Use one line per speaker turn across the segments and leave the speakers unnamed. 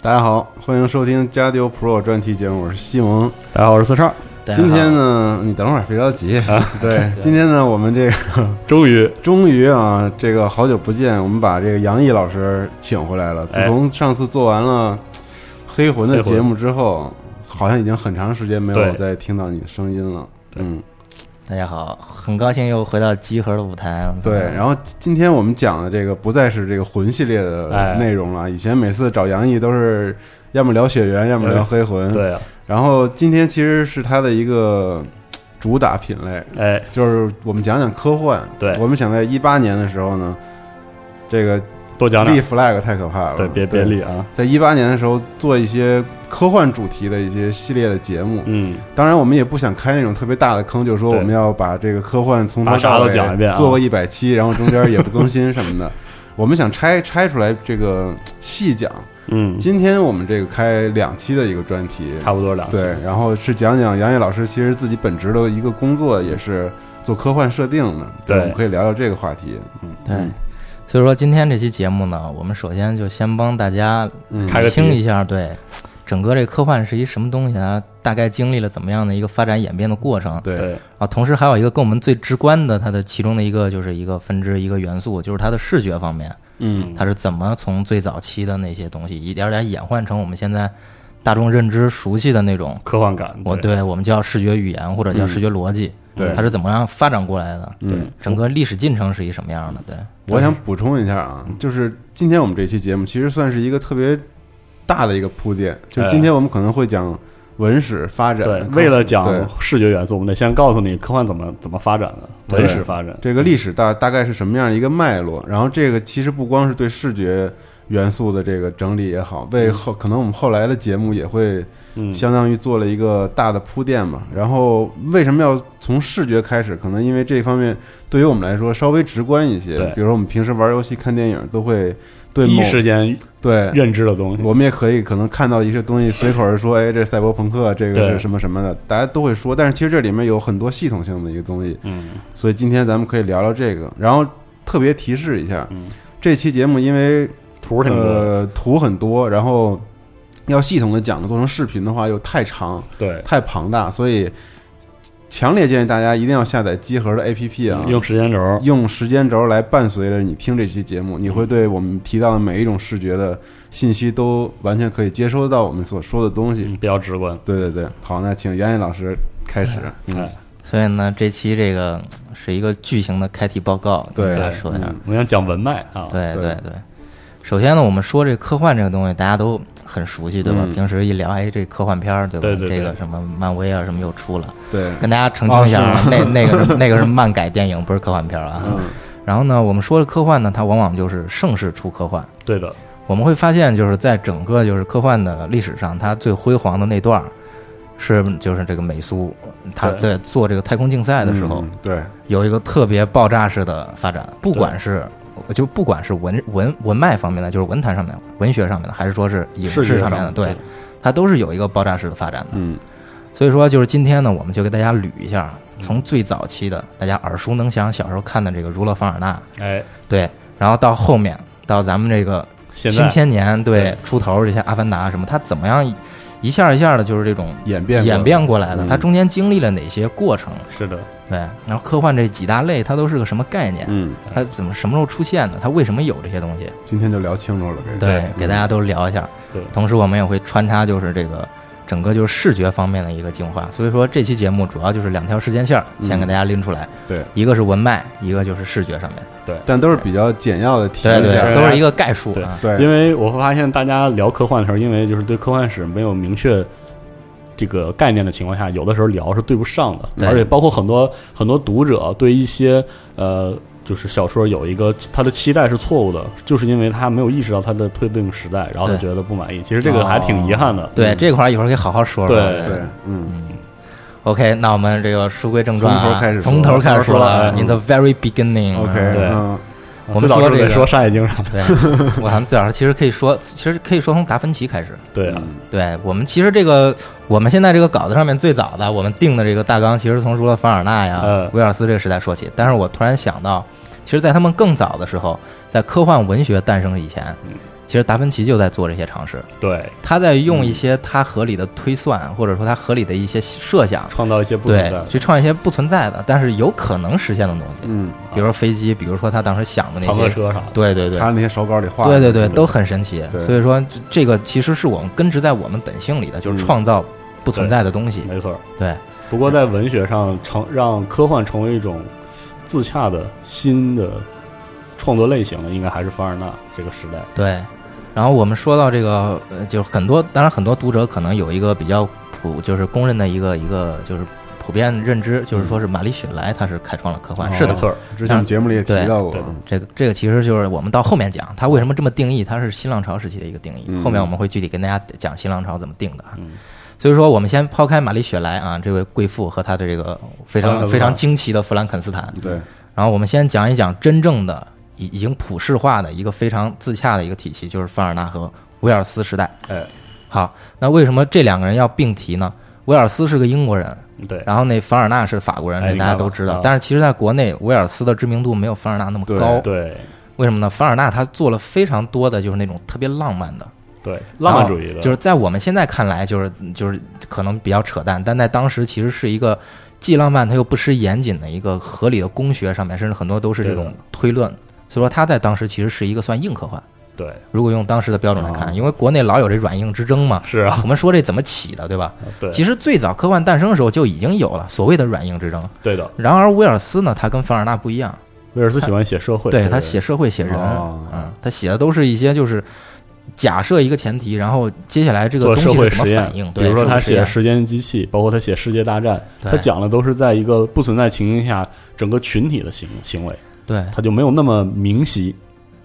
大家好，欢迎收听加丢 Pro 专题节目，我是西蒙。
大家好，我是四少。
大家好
今天呢，你等会儿别着急啊。 对， 今天呢，我们这个
终于，
终于啊，这个好久不见，我们把这个杨毅老师请回来了。自
哎
从上次做完了《黑魂》的
黑魂
节目之后，好像已经很长时间没
对
有再听到你的声音了。嗯，
大家好，很高兴又回到集合的舞台了。
对，然后今天我们讲的这个不再是这个魂系列的
哎
内容了。以前每次找杨毅都是要么聊血缘，要么聊
哎
黑魂。
对啊，
然后今天其实是它的一个嘖主打品类，
哎，
就是我们讲讲科幻。
对
我们想在一八年的时候呢，这个
多讲
立
点。
flag 太可怕了，
对，别别立啊。
在一八年的时候做一些科幻主题的一些系列的节目。
嗯，
当然，我们也不想开那种特别大的坑，就是说
对
我们要把这个科幻从
把
头
啥
到
都
尾
讲一遍啊
做个一百期，然后中间也不更新什 么的。我们想拆拆出来这个嘖细讲。
嗯，
今天我们这个开两期的一个专题，
差不多
啊
两期。
对，然后是讲讲杨毅老师其实自己本职的一个工作也是做科幻设定的，
对
我们可以聊聊这个话题。
对，所以说今天这期节目呢，我们首先就先帮大家
嗯，
开个题
听一下，对，整个这科幻是一什么东西啊？大概经历了怎么样的一个发展演变的过程
嗯
对，
对，
啊？同时还有一个跟我们最直观的，它的其中的一个就是一个分支一个元素，就是它的视觉方面，
嗯，
它是怎么从最早期的那些东西一点点演换成我们现在大众认知熟悉的那种。
科幻感。
嗯
我对我们叫视觉语言或者叫视觉逻辑，
对
它是怎么样发展过来的？
对嗯，
整个历史进程是一什么样的？对，
我想补充一下啊，
嗯
就是今天我们这期节目其实算是一个特别大的一个铺垫，就是今天我们可能会讲文史发展，
哎对
可，能
为了讲
啊对
视觉元素，我们得先告诉你科幻怎么怎么发展的，
对
文史发展。
这个历史大大概是什么样的一个脉络，然后这个其实不光是对视觉元素的这个整理也好，为后可能我们后来的节目也会
嗯，
相当于做了一个大的铺垫嘛。然后为什么要从视觉开始？可能因为这方面对于我们来说稍微直观一些
对。
比如说我们平时玩游戏、看电影都会对
第
某
一时间
对，
认知的东西。
我们也可以可能看到一些东西，随口而说，哎，这赛博朋克，这个
对
是什么什么的，大家都会说。但是其实这里面有很多系统性的一个东西，
嗯，
所以今天咱们可以聊聊这个。然后特别提示一下，
嗯
这期节目因为
图挺多的。
呃图很多，然后要系统的讲做成视频的话又太长，
对，
太庞大，所以强烈建议大家一定要下载集合的 APP 啊，
用时间轴。
用时间轴来伴随着你听这期节目，你会对我们提到的每一种视觉的信息都完全可以接收到我们所说的东西。
嗯，比较直观。
对对对，好，那请杨毅老师开始。嗯，
哎，
所以呢，这期这个嗯是一个巨型的开题报告，
对
跟大家说一下。
嗯
我们想讲文脉啊。
对
对
对对，首先呢，我们说这科幻这个东西，大家都很熟悉，对吧？
嗯
平时一聊，哎，这科幻片儿，对吧？
对对对
这个什么漫威啊，什么又出了，
对，嗯
跟大家澄清一下，啊，那那个是那个是漫改电影，不是科幻片儿啊。 然后呢，我们说的科幻呢，它往往就是盛世出科幻。
对的，
我们会发现，就是在整个就是科幻的历史上，它最辉煌的那段儿是就是这个美苏，他
对
在做这个太空竞赛的时候
嗯，，对，
有一个特别爆炸式的发展，不管是。就不管是文文文脉方面的，就是文坛上面、文学上面的，还是说是影
视
视
觉
上面的，对，它都是有一个爆炸式的发展的。
嗯
所以说，就是今天呢，我们就给大家捋一下，从最早期的大家耳熟能详、小时候看的这个儒勒·凡尔纳，
哎，
对，然后到后面到咱们这个
现
新
在
千年对
对
出头这些阿凡达什么，它怎么样一一下一下的，就是这种
演变
演变过来的，
嗯
它中间经历了哪些过程？
是的，
对，然后科幻这几大类它都是个什么概念？
嗯，
它怎么什么时候出现的？它为什么有这些东西？
今天就聊清楚了，给
对，给大家都聊一下。
对
同时我们也会穿插就是这个整个就是视觉方面的一个进化。所以说这期节目主要就是两条时间线儿，
嗯
先给大家拎出来。
对，
一个是文脉，一个就是视觉上面的。
但都是比较简要的提
对
一
对，
下
是，
都是一个概述
对
啊。
对
因为我会发现大家聊科幻的时候，因为就是对科幻史没有明确这个概念的情况下，有的时候聊是对不上
对
的，而且包括很多很多读者对一些呃。就是小说有一个他的期待是错误的，就是因为他没有意识到他的退并时代，然后他
对
觉得不满意。其实这个还挺遗憾的。
对这块儿一会儿可以好好说说。
对
对，嗯，
嗯，OK，那我们这个书归正传
从头
啊，
开始说
从头开始说了啊
从头说了
，In the very beginning 啊。
，OK，
对
嗯，
我们
啊最早
说
是
这
得
个
说山海经上。
对，我想最早其实可以说，其实可以说从达芬奇开始。
对啊，
嗯
对我们其实这个我们现在这个稿子上面最早的我们定的这个大纲，其实从儒勒凡尔纳呀
嗯、
威尔斯这个时代说起。但是我突然想到，其实，在他们更早的时候，在科幻文学诞生以前
嗯，
其实达芬奇就在做这些尝试。
对，
他在用一些他合理的推算，或者说他合理的一些设想，
创造一些不同
对
的，
去创一些不存在的，但是有可能实现的东西，
嗯，
比如说飞机，比如说他当时想的那
坦克
些，
车啥的。
对对对，
他那些手稿里画的，
对对对，
嗯
都很神奇。
对
所以说，这这个其实是我们根植在我们本性里的，就是
嗯
创造不存在的东西。
没错。
对，
不过在文学上成让科幻成为一种自洽的新的创作类型的，应该还是凡尔纳这个时代。
对。然后我们说到这个，呃，就是很多，当然很多读者可能有一个比较普，就是公认的一个一个就是普遍认知，就是说是玛丽雪莱她是开创了科幻，
哦
啊是的
没。错，
之前我们节目里也提到过
对，对
这个这个其实就是我们到后面讲，它为什么这么定义，它是新浪潮时期的一个定义。
嗯
后面我们会具体跟大家讲新浪潮怎么定的啊。
嗯，
所以说，我们先抛开玛丽雪莱啊，这位贵妇和她的这个非
弗兰
常
肯斯坦
非常惊奇的弗兰肯斯坦，
对，
然后我们先讲一讲真正的已已经普世化的一个非常自洽的一个体系，就是凡尔纳和威尔斯时代。
哎，
好，那为什么这两个人要并提呢？威尔斯是个英国人，
对，
然后那凡尔纳是法国人，
哎
这大家都知
你看
道
吧。
但是其实，在国内，威尔斯的知名度没有凡尔纳那么高。
对
为什么呢？凡尔纳他做了非常多的就是那种特别浪漫的，
对，浪漫主义的，
就是在我们现在看来，就是就是可能比较扯淡，但在当时其实是一个既浪漫它又不失严谨的一个合理的工学上面，甚至很多都是这
对
种
的
推论。所以说，它在当时其实是一个算硬科幻。
对，
如果用当时的标准来
哦
啊
看，因为国内老有这软硬之争 嘛，
是啊，
我们说这怎么起的，对吧？
对，
其实最早科幻诞生的时候就已经有了所谓的软硬之争。
对的。
然而威尔斯呢，他跟凡尔纳不一样，
威尔斯喜欢写社会，
对
是
他写社会写人，
哦
嗯，他写的都是一些就是假设一个前提，然后接下来这个
做
东西
社
是
会
怎么
实
反应
验，，比
对，
如说
社会
他
实
写
验
《时间机器》，包括他写《世界大战》，
对
他讲的都是在一个不存在情形下整个群体的行行为，
对，
他就没有那么明晰。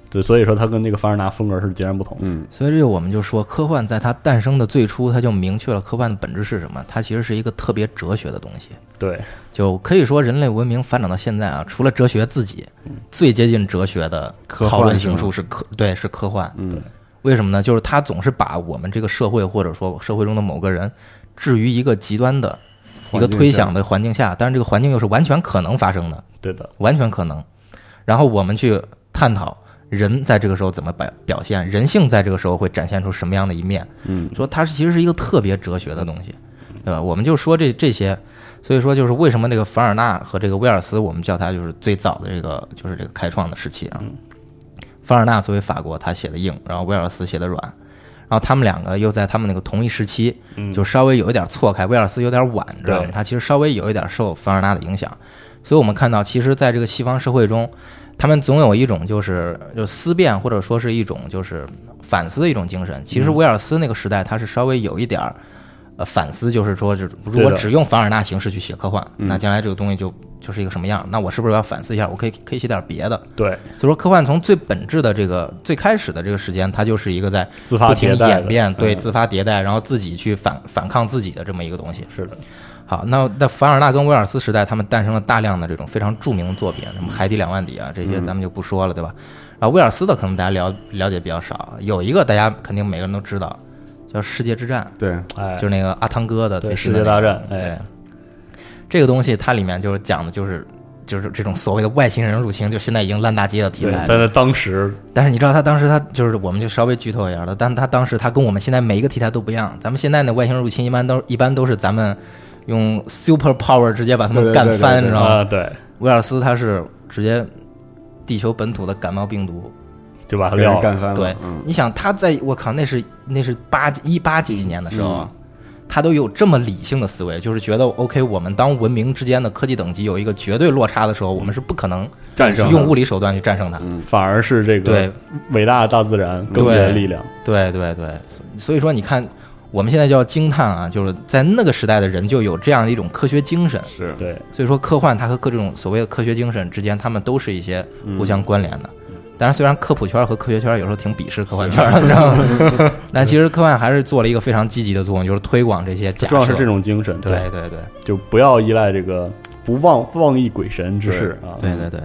对，所以说他跟那个凡尔纳风格是截然不同的。
嗯
所以这个我们就说，科幻在它诞生的最初，它就明确了科幻的本质是什么。它其实是一个特别哲学的东西，
对，
就可以说人类文明发展到现在啊，除了哲学自己，最接近哲学的
嗯科幻
讨论
是吗
形式是科对是科幻。
嗯，
为什么呢？就是它总是把我们这个社会或者说社会中的某个人置于一个极端的一个
环境
推
下
想的环境下，但是这个环境又是完全可能发生的。
对的，
完全可能。然后我们去探讨人在这个时候怎么表表现，人性在这个时候会展现出什么样的一面。
嗯，
说它是其实是一个特别哲学的东西，对吧？我们就说这这些，所以说就是为什么这个凡尔纳和这个威尔斯，我们叫它就是最早的这个就是这个开创的时期啊。凡尔纳作为法国，他写的硬，然后威尔斯写的软，然后他们两个又在他们那个同一时期，就稍微有一点错开。威尔斯有点晚，你知道吗
嗯对？
他其实稍微有一点受凡尔纳的影响，所以我们看到，其实在这个西方社会中，他们总有一种就是就思辨，或者说是一种就是反思的一种精
嗯
神。其实威尔斯那个时代，他是稍微有一点儿。呃，反思就是说，就是如果
对的嗯
只用凡尔纳形式去写科幻，那将来这个东西就就是一个什么样？那我是不是要反思一下？我可以可以写点别的，
对，
所以说，科幻从最本质的这个最开始的这个时间，它就是一个在
自发
不停
迭代的
演变，对，
嗯
自发迭代，然后自己去反反抗自己的这么一个东西。
是的，
好，那那凡尔纳跟威尔斯时代，他们诞生了大量的这种非常著名的作品，什么《海底两万里》啊，这些
嗯
咱们就不说了，对吧？然后威尔斯的可能大家了了解比较少，有一个大家肯定每个人都知道，叫《世界之战》，
对，
哎，
就是那个阿汤哥的
对
最新的
世界大战
那个
哎
对，这个东西它里面就是讲的就是就是这种所谓的外星人入侵，就现在已经烂大街的题
对，
材
但
了。
是当时
但是你知道他当时他就是我们就稍微剧透一下了，但他当时他跟我们现在每一个题材都不一样。咱们现在的外星人入侵一般都一般都是咱们用 super power 直接把他
对
们
对
干
对对
翻，
对
你知道吗？
啊，对，
威尔斯他是直接地球本土的感冒病毒，
就把他
给人
撂了。
干翻了，
对
嗯，
你想他在我靠，那是那是八几一八几几年的时候啊，他都有这么理性的思维，就是觉得 OK，我们当文明之间的科技等级有一个绝对落差的时候，我们是不可能
战胜
用物理手段去战胜它。
反而是这
对
个伟大的大自然更迭的力量，
对对对，所所以说你看，我们现在就要惊叹啊，就是在那个时代的人就有这样的一种科学精神。
是
对，
所以说，科幻它和各种所谓的科学精神之间，他们都是一些互相关联的。当然，虽然科普圈和科学圈有时候挺鄙视科幻圈的，你知道吗？ 但其实科幻还是做了一个非常积极的作用，就是推广这些假
重要是
设
这。种精神，
对对对
就不要依赖这个不妄妄议鬼神之事啊，
对对对。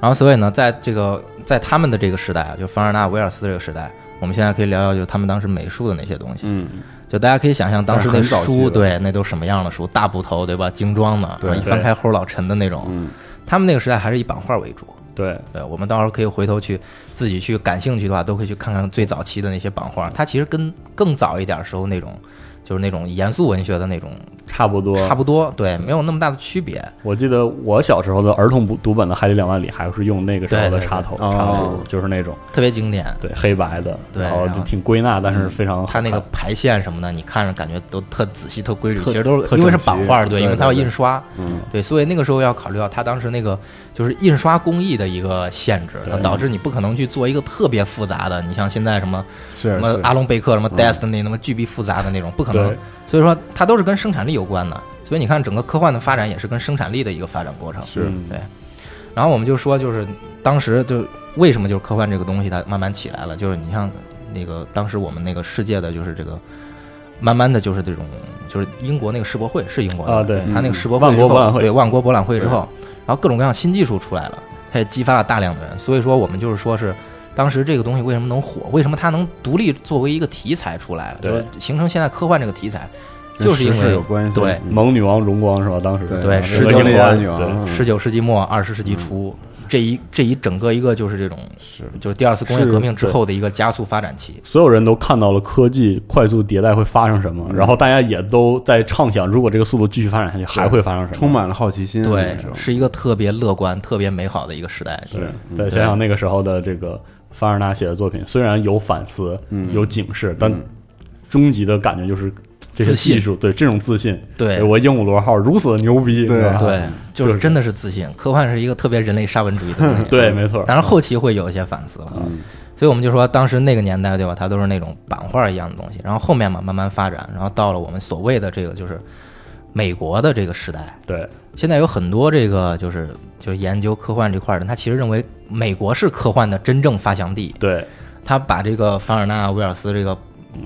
然后，所以呢，在这个在他们的这个时代啊，就凡尔纳、威尔斯这个时代，我们现在可以聊聊就是他们当时美术的那些东西。
嗯，
就大家可以想象当时那
但是很早期
书，
了
对，那都什么样的书？大部头，对吧？精装的，
对
然后一翻开齁老沉的那种。
嗯
他们那个时代还是以版画为主。
对
对，我们到时候可以回头去自己去感兴趣的话，都可以去看看最早期的那些版画。它其实跟更早一点时候那种，就是那种严肃文学的那种
差不多，
差不多，对，没有那么大的区别。
我记得我小时候的儿童读本的《海底两万里》，还是用那个时候
对
的
对
插头，
对
插
哦
图就是那种
特别经典。
对黑白的，
对
然后
然
就
后
挺归纳，但是非常
它那个
好
排线什么的，你看着感觉都特仔细、特规律，其
特
实都
特
是因为是
整
版
齐
画，对，
对
因为它要
对对
印刷，
嗯，
对，所以那个时候要考虑到它当时那个就是印刷工艺的一个限制，它
对
导致你不可能去做一个特别复杂的。你像现在什么
是
什么
是
阿隆贝克、什么 Destiny、什么巨臂复杂的那种，不可能
对。
所以说它都是跟生产力有关的。所以你看整个科幻的发展也是跟生产力的一个发展过程。
是
嗯
对然后我们就说，就是当时就为什么就是科幻这个东西它慢慢起来了，就是你像那个当时我们那个世界的就是这个，慢慢的就是这种就是英国那个世博会是英国的
啊对
他那个世博
万
会之
国
后
博览会
对万国博览会之后，然后各种各样新技术出来了，它也激发了大量的人，所以说我们就是说是。当时这个东西为什么能火？为什么它能独立作为一个题材出来，
对
就是形成现在科幻这个题材，就是因
跟时事
为
有关系，
对
嗯
蒙女王荣光是吧？当时
对
是
十九
英
年
国
代女
对
王，
十九世纪末二十世纪初、这一这一整个一个就是这种
是
就是第二次工业革命之后的一个加速发展期。
所有人都看到了科技快速迭代会发生什么，
嗯
然后大家也都在畅想，如果这个速度继续发展下去，还会发生什么？
充满了好奇心，
对
那时候，
是一个特别乐观、特别美好的一个时代。
对，再想想那个时候的这个凡尔纳写的作品，虽然有反思，
嗯
有警示，但终极的感觉就是这些
自信
技术，对这种自信，
对
哎我鹦鹉螺号如此的牛逼，
对
是吧
对，就
就是是
真的是自信。科幻是一个特别人类沙文主义的东西。
对，没错，
当然后期会有一些反思了。啊
嗯
所以我们就说，当时那个年代，对吧？它都是那种版画一样的东西。然后后面嘛，慢慢发展，然后到了我们所谓的这个就是美国的这个时代，
对，
现在有很多这个就是就是研究科幻这块儿的人，他其实认为美国是科幻的真正发祥地。
对，
他把这个凡尔纳、威尔斯这个，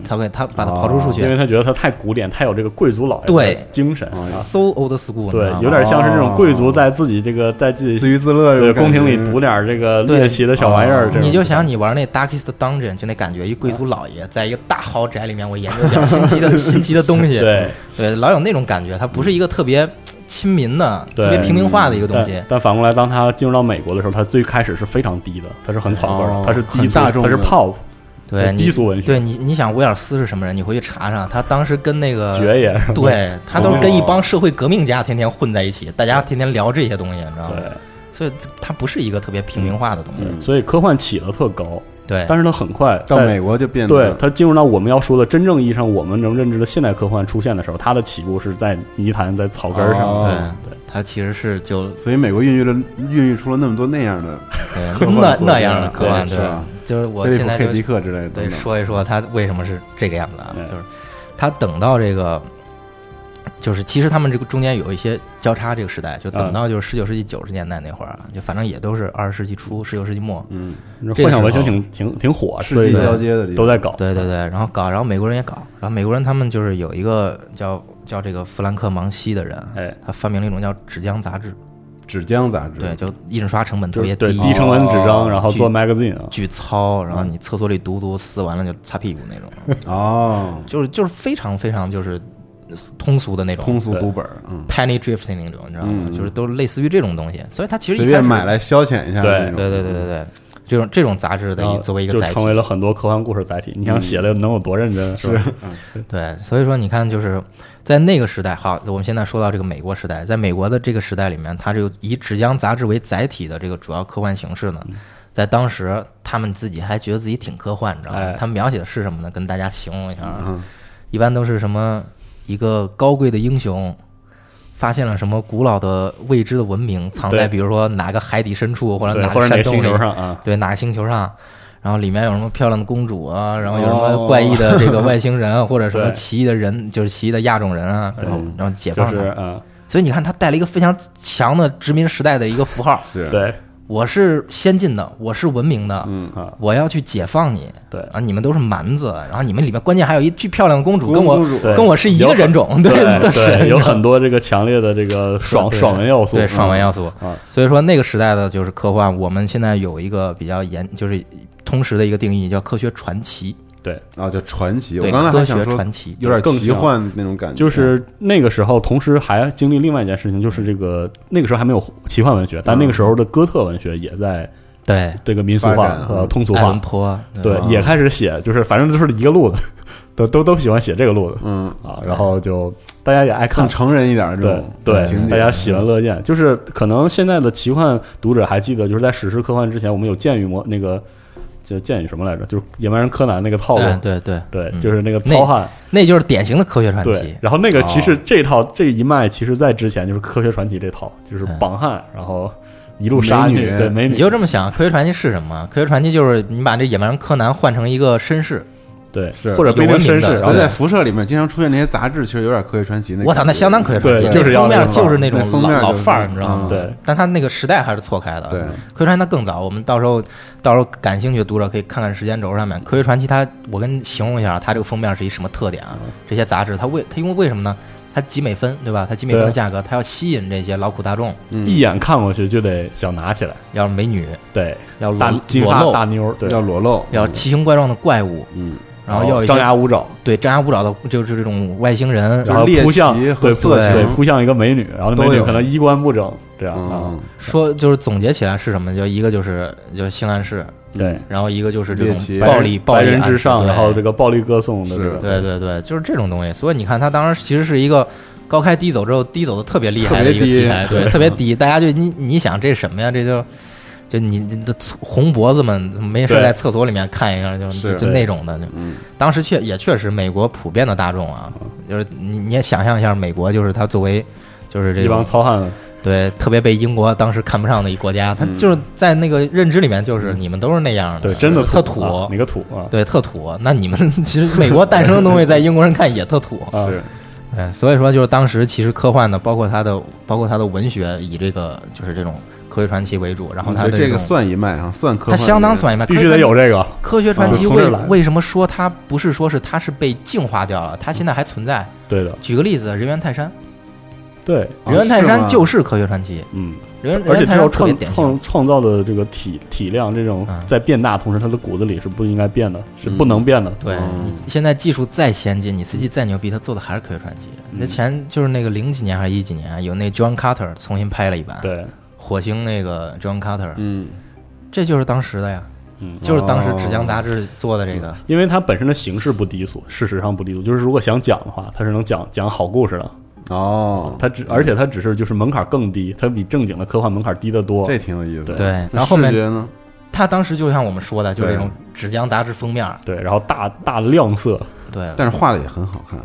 他给他把它刨除出去、
啊因为他觉得他太古典，太有这个贵族老爷
对嗯
的精神，啊
s o old school，
对
你知道吗，
有点像是那种贵
哦
族在自己这个在自己
自娱自乐这
对
种感
宫
觉，
廷里读点这个
对
猎奇的小玩意儿，这种
哦你就想你玩那 Darkest Dungeon，就那感觉，一贵族老爷在一个大豪宅里面，我研究点新奇 的新奇的东西，
对
对老有那种感觉，它不是一个特别亲民的、
对
特别平民化的一个东西
但，但反过来，当他进入到美国的时候，他最开始是非常低的，他是很草根
哦
的，他是低
很
俗，
大众
他是
的
pop，
对你
低俗文学
对你你想威尔斯是什么人？你回去查查，他当时跟那
嗯
个
爵爷是吧？
对他都是跟一帮社会革命家天天混在一起，大家天天聊这些东西，你知道吗？
对
所以它不是一个特别平民化的东
嗯
西。
所以科幻起得特高，
对，
但是它很快
到美
在
国就变得
对它进入到我们要说的真正意义上我们能认知的现代科幻出现的时候，它的起步是在泥潭在草根上
哦
的，
对，它其实是就
所以美国孕育了孕育出了那么多那样的
对
科幻
那
作品啊
那样的
对
科幻，
是
对
吧，
就是我
菲利
现
普
在
K 迪
就
克之类的
对
等
嗯
等，
说一说它为什么是这个样子啊，
对
就是它等到这个。就是其实他们这个中间有一些交叉，这个时代就
嗯
等到就是十九世纪九十年代那会儿啊，就反正也都是二十世纪初、十九世纪末，
嗯，
这
幻想
个
文
时
学
候
挺挺挺火，
世
所
纪
以
交接的地方
都在搞，
对对对，然后搞，然后美国人也搞，然后美国人他们就是有一个叫叫这个弗兰克芒西的人，
哎，
他发明了一种叫纸浆杂志，
纸浆杂志，
对，就印刷成本特
嗯就
别
是对
低，哦
低成本纸张，然后做
巨
magazine 啊，
巨糙，然后你厕所里读读撕完了就擦屁股那种，
哦，
就是就是非常非常就是通俗的那种
通俗读本儿，嗯，
penny drifting 那种，你知道吗？
嗯
就是都类似于这种东西，所以它其实
随
一开
便
始
买，来消遣一下
对
那种，哦
对对对对对，这种这种杂志的
然后
一作为一个
就
载体嗯
成，为了很多科幻故事载体。你想写的能有多认真？是吧？
对，所以说你看，就是在那个时代，好，我们现在说到这个美国时代，在美国的这个时代里面，它就以纸浆杂志为载体的这个主要科幻形式
嗯
呢，在当时他们自己还觉得自己挺科幻，你知道吗
哎？
他们描写的是什么呢？跟大家形容一下啊，
嗯，
一般都是什么一个高贵的英雄。发现了什么古老的未知的文明藏在，
对
比如说哪个海底深处，或者
对，
哪
或者
个山
哪个
洞里
星球上啊？
对，哪个星球上，然后里面有什么漂亮的公主啊，然后有什
哦
么怪异的这个外星人啊，或者什么
对
奇异的人，就是奇异的亚种人啊，然后
嗯
然后解
就
放
是
他。
啊，
所以你看，他带了一个非常强的殖民时代的一个符号，
是，
对
我是先进的，我是文明的。
嗯，
啊，
我要去解放你，
对
啊，你们都是蛮子，然后你们里面关键还有一巨漂亮的公主，跟我
公主
对
跟我是一个人种，对都是
对，有很多这个强烈的这个爽
对
爽文要 素，
对爽文要
素。
素
啊。
所以说那个时代的就是科幻，我们现在有一个比较严，就是通识的一个定义，叫科学传奇。
对，
啊，叫传奇。我
对，
刚才
科
还想
学
说，
传奇，
有点
更
奇
像
幻那种感觉，
就是那个时候，同时还经历另外一件事情，就是这个那个时候还没有奇幻文学，但那
嗯
个时候的哥特文学也在
对，
这个民俗
发
化
展
和
嗯
通俗
爱伦
化，
坡，
对
啊，
也开始写，就是反正都是一个路子， 都都都喜欢写这个路子
嗯，
啊，然后就大家也爱看
更，成人一点儿这
对
种
对，
情
大
节，嗯
家喜闻乐见。就是可能现在的奇幻读者还记得，就是在史诗科幻之前，我们有剑与魔那个就剑与什么来着？就是野蛮人柯南那个套路，
对对对，
对，
嗯
就是那个
那
糙汉，
那就是典型的科学传
对
奇。。
然后那个其实
哦
这套这一脉，其实在之前就是科学传奇这套，就是
嗯
绑汉，然后一路杀
美
去
女，
对美
你
女，
就这么想，科学传奇是什么？科学传奇就是你把这野蛮人柯南换成一个绅士，
对，
是
或者不一定
有文明
绅
的
士，然
所
后
以在
对
辐射里面经常出现那些杂志，其实有点科学传奇那感觉。
我操，那相当科学传奇，
对
这
就是要
封面
这种
就是那种
那封
老
面就是
老范儿，你知道吗？
嗯
对，
但他那个时代还是错开的。
对，
科学传奇它更早，我们到时候到时候感兴趣的读者可以看看时间轴上面。科学传奇它，我跟你形容一下，它这个封面是一什么特点啊？这些杂志它为它因为为什么呢？它几美分对吧？它几美分的
嗯对
价格，它要吸引这些劳苦大众，
嗯
一眼看过去就得想拿起来，
要美女，
对，
要嗯裸
大金
裸
发大
露，
妞儿，对，
要裸露，
要奇形怪状的怪物，
嗯，
然后要有一
哦张
些
牙舞爪，
对张牙舞爪的，就是这种外星人
就是
然后
猎
扑向
奇和
对
色
对
情
扑向一个美女，然后那美
都
女
有
可能衣冠不整，这样啊
嗯，，
说就是总结起来是什么？就一个就是就是性暗示，
嗯
对，
然后一个就是这
猎奇
种暴力暴
白
力
人
暗
至
示
上，
对
然后这个暴力歌颂的这
是
个，
对对对，就是这种东西。所以你看，他当时其实是一个高开低走之后，低走的特别厉害的一
特
个
别低
题材， 对，特别低。大家就你你想这什么呀？这就就你你的红脖子们没事
对
在厕所里面看一看，就是就就
对
那种的。就
嗯
当时确也确实，美国普遍的大众啊，
嗯
就是你你也想象一下，美国就是他作为就是这
一帮
种
糙汉，
对特别被英国当时看不上的一国家，他就是在那个认知里面，就是你们都是那样的，
嗯对，真的
特土。
土啊，你个土啊，
对，特土。那你们 其实美国诞生的东西，在英国人看也特 土。
啊
是
对，哎所以说就是当时其实科幻的，包括它的，包括它的文学，以这个就是这种科学传奇为主，然后它
我觉
的
得这个
种
算一脉啊，算科幻，
它相当。算一脉，
必须得有这个，
科学传
啊
奇
从这
为
儿来
为什么说它不是说是它是被净化掉了，它现在还存在。
对的，
举个例子，人猿泰山，
对，
啊
人猿泰
是
山
吗
就是科学传奇，
嗯，
人猿人
而且
猿泰
这要
山特别
创
典型。
创创造的这个体体量，这种
嗯
在变大同时，它的骨子里是不应该变的，是
嗯
不能变的，
对
嗯
你现在技术再先进，你 CG 再牛逼，他做的还是科学传奇。那前就是那个零几年还是一几年，有那 John Carter 重新拍了一版，
对，
火星那个 John Carter，
嗯，
这就是当时的呀，
嗯，
就是当时纸浆杂志做的这个。
因为它本身的形式不低俗，事实上不低俗，就是如果想讲的话，它是能讲讲好故事的，
哦，
它只而且它只是就是门槛更低，它比正经的科幻门槛低得多，
这挺有意思的。
对
那
然后后面
视觉呢？
他当时就像我们说的，就是
对
这种纸浆杂志封面儿，
对，然后大大亮色，
对，
但是画的也很好看，
啊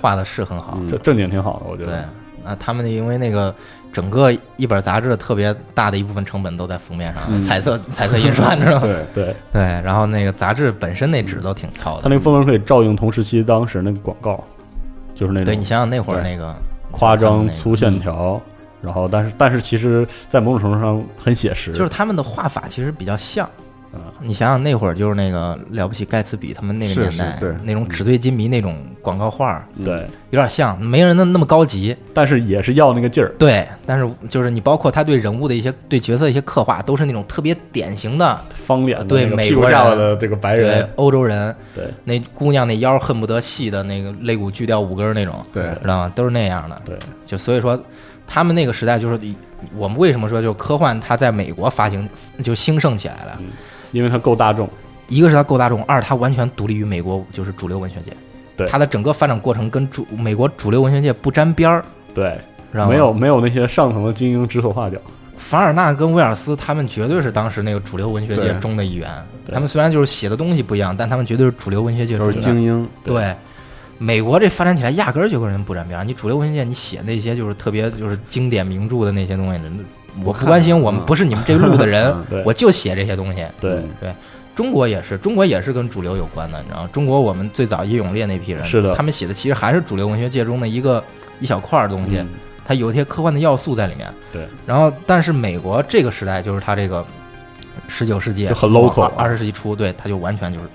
画的是很好。
嗯
这正经挺好的，我觉
对
得，，
那他们因为那个整个一本杂志特别大的一部分成本都在封面上，
嗯
彩色彩色印刷，你知道吗？
对，
对，
对，然后那个杂志本身那纸都挺糙的
它那，个风格可以照应同时期当时那个广告，就是那
对你嗯
种
想想那会儿那个
夸
他
张
们那个
粗线条。然后，但是但是，其实，在某种程度上很写实，
就是他们的画法其实比较像，
嗯
你想想那会儿就是那个了不起盖茨比他们那个
是
年
是
代，
对
嗯
那种纸醉金迷那种广告画儿，
对，
有点像，没人那那么高级。
但是也是要那个劲儿，
对，但是就是你包括他对人物的一些对角色的一些刻画，都是那种特别典型的
方脸的
对
那个
美
屁股
国
下巴
人
的这个白
对
人，
欧洲人，
对
那姑娘那腰恨不得细的那个肋骨锯掉五根儿那种，
对
知道吗？都是那样的。
对，
就所以说，他们那个时代就是以我们为什么说就科幻它在美国发行就兴盛起来了，
嗯因为他够大众，
一个是它够大众，二它完全独立于美国就是主流文学界，
对
它的整个发展过程跟主美国主流文学界不沾边儿，
对，
知道吗？
没有没有那些上层的精英指手画脚，
凡尔纳跟威尔斯他们绝对是当时那个主流文学界
对
中的一员，
对
他们虽然就是写的东西不一样，但他们绝对是主流文学界中
都是
的
精英，
对。美国这发展起来压根儿就跟人不沾边儿，你主流文学界你写那些就是特别就是经典名著的那些东西，我不关心，我
嗯
们不是你们这路的人，
嗯
对
我就写这些东西。
对，
中国也是，中国也是跟主流有关的，你知道吗？中国我们最早叶永烈那批人，
是的
他们写的其实还是主流文学界中的一个一小块儿东西，
嗯
它有一些科幻的要素在里面。
对，
然后但是美国这个时代就是它这个十九世纪
就很 local 啊
二十世纪初，对，它就完全就是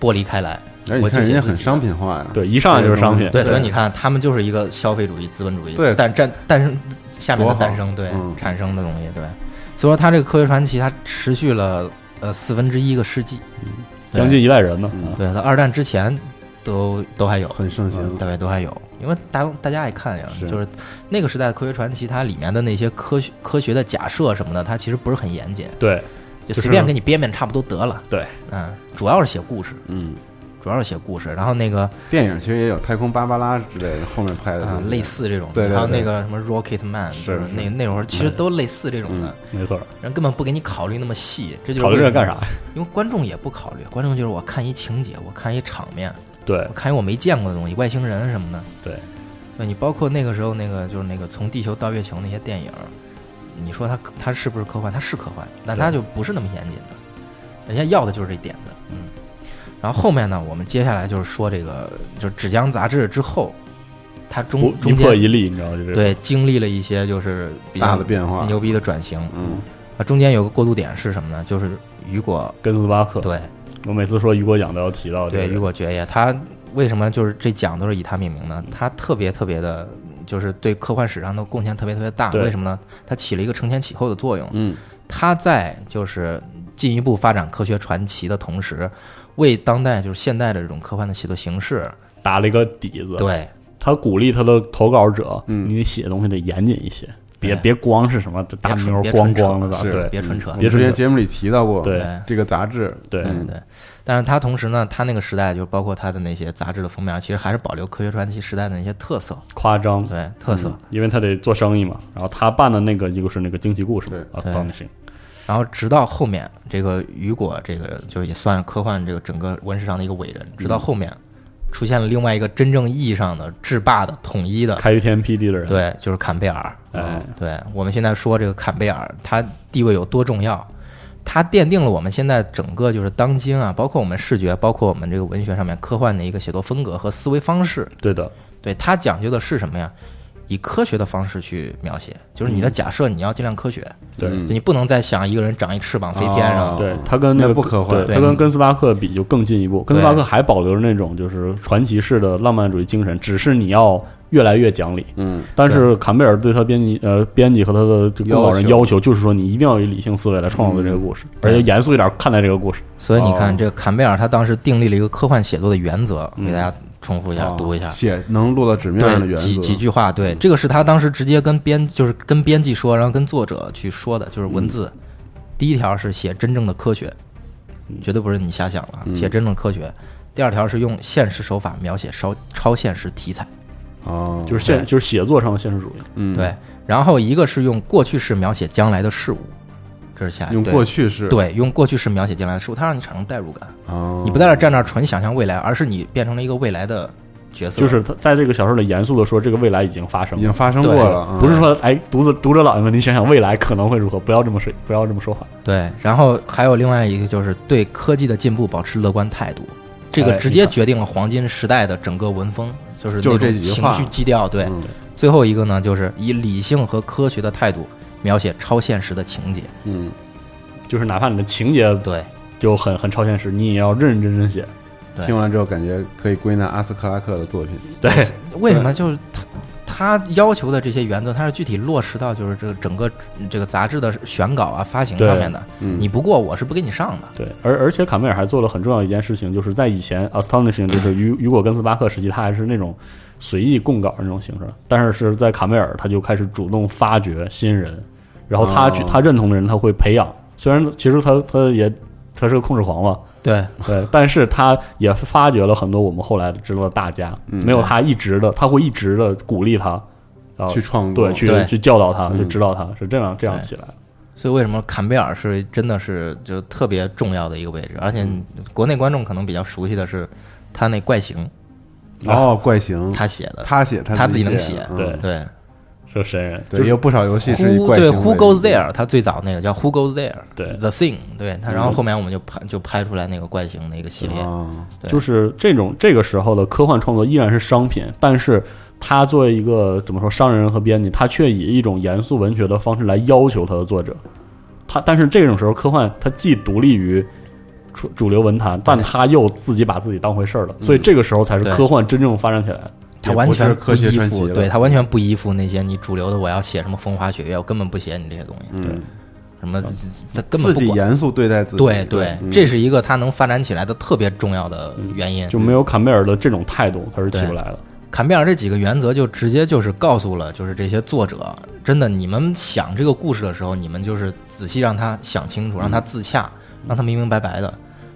剥离开来。
而且
我
你看人
就写
家
自
很
己
商品化呀，
对，一上来就是商品，
嗯对，所以你看，他们就是一个消费主义、资本主义，
对
但但但是下面的
多好
诞生，对、
嗯
产生的东西，对，所以说它这个科学传奇，它持续了呃四分之一个世纪，对
将近一代人呢，
嗯
啊
对，到二战之前都都还有，
很盛行
嗯，大概都还有，因为大大家爱看呀，
是
就是那个时代的科学传奇，它里面的那些科学科学的假设什么的，它其实不是很严谨，
对，
就
就是
随便给你编编差不多得了。
对，
嗯，主要是写故事，
嗯，
主要是写故事，然后那个
电影其实也有《太空芭芭拉》之类的，后面拍的
呃
啊、
这些
类似这种的，
对对
还有
对
那个什么 Rocket Man，
是
就是
是
那那会儿
嗯
其实都类似这种的，
没错儿，
人根本不给你考虑那么细，这就是
嗯考虑这
为什么
干啥？？
因为观众也不考虑，观众就是我看一情节，我看一场面，
对
我看一我没见过的东西，外星人什么的。
对，
对你包括那个时候那个就是那个从地球到月球那些电影，你说它它是不是科幻？它是科幻，但它就不是那么严谨的，人家要的就是这点子。嗯，然后后面呢，我们接下来就是说这个就是《纸浆杂志》之后，它
不
中
一
中
破
间
一立，你知道就是
对经历了一些就是比
大
较
的变化，
牛逼的转型。
嗯，
啊，中间有个过渡点是什么呢？就是雨果
跟斯巴克，
对
我每次说雨果奖都要提到这个
对，
人，
雨果爵爷，他为什么就是这奖都是以他命名呢？他特别特别的，就是对科幻史上的贡献特别特别大。
对
为什么呢？他起了一个承前启后的作用。
嗯，
他在就是进一步发展科学传奇的同时，为当代就是现代的这种科幻的写作形式，
打了一个底子，
对
他鼓励他的投稿者，
嗯
你写东西得严谨一些，别
对
别光是什么大
别
牛
别
光
纯
光的吧，
是
对
别纯扯
我。
别
们之
这
前
个
节目里提到过，
对
对
这个杂志，嗯
对
对对，但是他同时呢，他那个时代就包括他的那些杂志的封面，其实还是保留科学传奇时代的那些特色，
夸张，
对特色。
因为他得做生意嘛。然后他办的那个就是那个惊奇故事嘛啊
对
，astonishing，
然后直到后面，这个雨果这个就是也算科幻这个整个文史上的一个伟人，直到后面出现了另外一个真正意义上的制霸的统一的，
开天辟地的人，，
对，就是坎贝尔。
哎，
对我们现在说这个坎贝尔，他地位有多重要？他奠定了我们现在整个就是当今啊，包括我们视觉，包括我们这个文学上面科幻的一个写作风格和思维方式。
对的，
对他讲究的是什么呀？以科学的方式去描写，就是你的假设你要尽量科学，
对。
嗯
就你不能再想一个人长一翅膀飞天上，
哦
对他跟那个
那不科幻
对
对
他跟跟斯巴克比就更进一步。跟斯
对
巴克还保留着那种就是传奇式的浪漫主义精神，只是你要越来越讲理。
嗯，
但是坎贝尔对他编辑呃编辑和他的这个
要
撰稿人
求嗯
要求就是说，你一定要以理性思维来创作这个故事，而且严肃一点看待这个故事。
所以你
哦
看，这个坎贝尔他当时订立了一个科幻写作的原则，给大家重复一下，
哦
读一下。
嗯写能落到纸面上的嗯
对，
元
几
素，
几句话，对，这个是他当时直接跟编，就是跟编辑说，然后跟作者去说的，就是
嗯
文字。第一条是写真正的科学，
嗯
绝对不是你瞎想了，写真正的科学。第二条是用现实手法描写超超现实题材，
哦，
就是现就是写作上的现实主义，
嗯，
对。啊然后一个是用过去式描写将来的事物，这是下一
用
对
过去式，
对，用过去式描写将来的事物，它让你产生代入感。
哦，
你不在那儿站那儿纯想象未来，而是你变成了一个未来的角色，
就是他在这个小说里严肃的说，这个未来已经发生
已
了
经。发生过
对
了，啊
不是说，哎，读者读者老爷们，你想想未来可能会如何？不要这么说，不要这么说话。
对。然后还有另外一个就是对科技的进步保持乐观态度，这
哎
个直
你
接
看
决定了黄金时代的整个文风，就是那
就
种
这几句
情
话
绪基调。对，
嗯
最后一个呢，就是以理性和科学的态度描写超现实的情节。
嗯，
就是哪怕你的情节
对，
就很很超现实，你也要认认真真写。
对
听完之后感觉可以归纳阿斯克拉克的作品。
对，
为什么就是他他要求的这些原则，它是具体落实到就是这个整个这个杂志的选稿啊、发行
对
方面的。
嗯，
你不过我是不给你上的。
对，而而且卡梅尔还做了很重要的一件事情，就是在以前 Astonishing 就是雨雨果跟斯巴克时期，他还是那种随意供稿那种形式，但是是在卡梅尔他就开始主动发掘新人，然后他、去
哦
他认同的人他会培养，虽然其实他他也他是个控制狂嘛，
对
对，但是他也发掘了很多我们后来知道的大家，
嗯
没有他一直的，他会一直的鼓励他，然后
去创作，
对去
哦对
去教导他，
嗯
去指导他，是这样这样起来的。
所以为什么坎贝尔是真的是就是特别重要的一个位置？而且
嗯
国内观众可能比较熟悉的是他那怪形，
哦，怪形，
啊他写的，
他写，
他
自
自己能
写
写，
嗯
对
对
是神人，
对，也有不少游戏是以
Who
怪
对
形
Who
为
Goes There，他最早那个叫 Who Goes There，
对
，The Thing，对他，然后后面我们就拍就拍出来那个怪形的一个系列，
嗯哦，
对
就是这种这个时候的科幻创作依然是商品，但是他作为一个怎么说商人和编辑，他却以一种严肃文学的方式来要求他的作者。他但是这种时候，科幻它既独立于主主流文坛，但他又自己把自己当回事儿了，
嗯
所以这个时候才是
对
科幻真正发展起来的。
他完
也
全
不是科学
依
传奇
附，
了嗯
对他完全不依附那些你主流的，我要写什么风花雪月，我根本不写你这些东西，
嗯，
什么他根本
自
不
己
管。
严肃对待自己，
对对，
嗯
这是一个他能发展起来的特别重要的原因。嗯
就没有坎贝尔的这种态度，他是起不来的。
坎贝尔这几个原则就直接就是告诉了，就是这些作者，真的，你们想这个故事的时候，你们就是仔细让他想清楚，
嗯
让他自洽，让他明明白白的。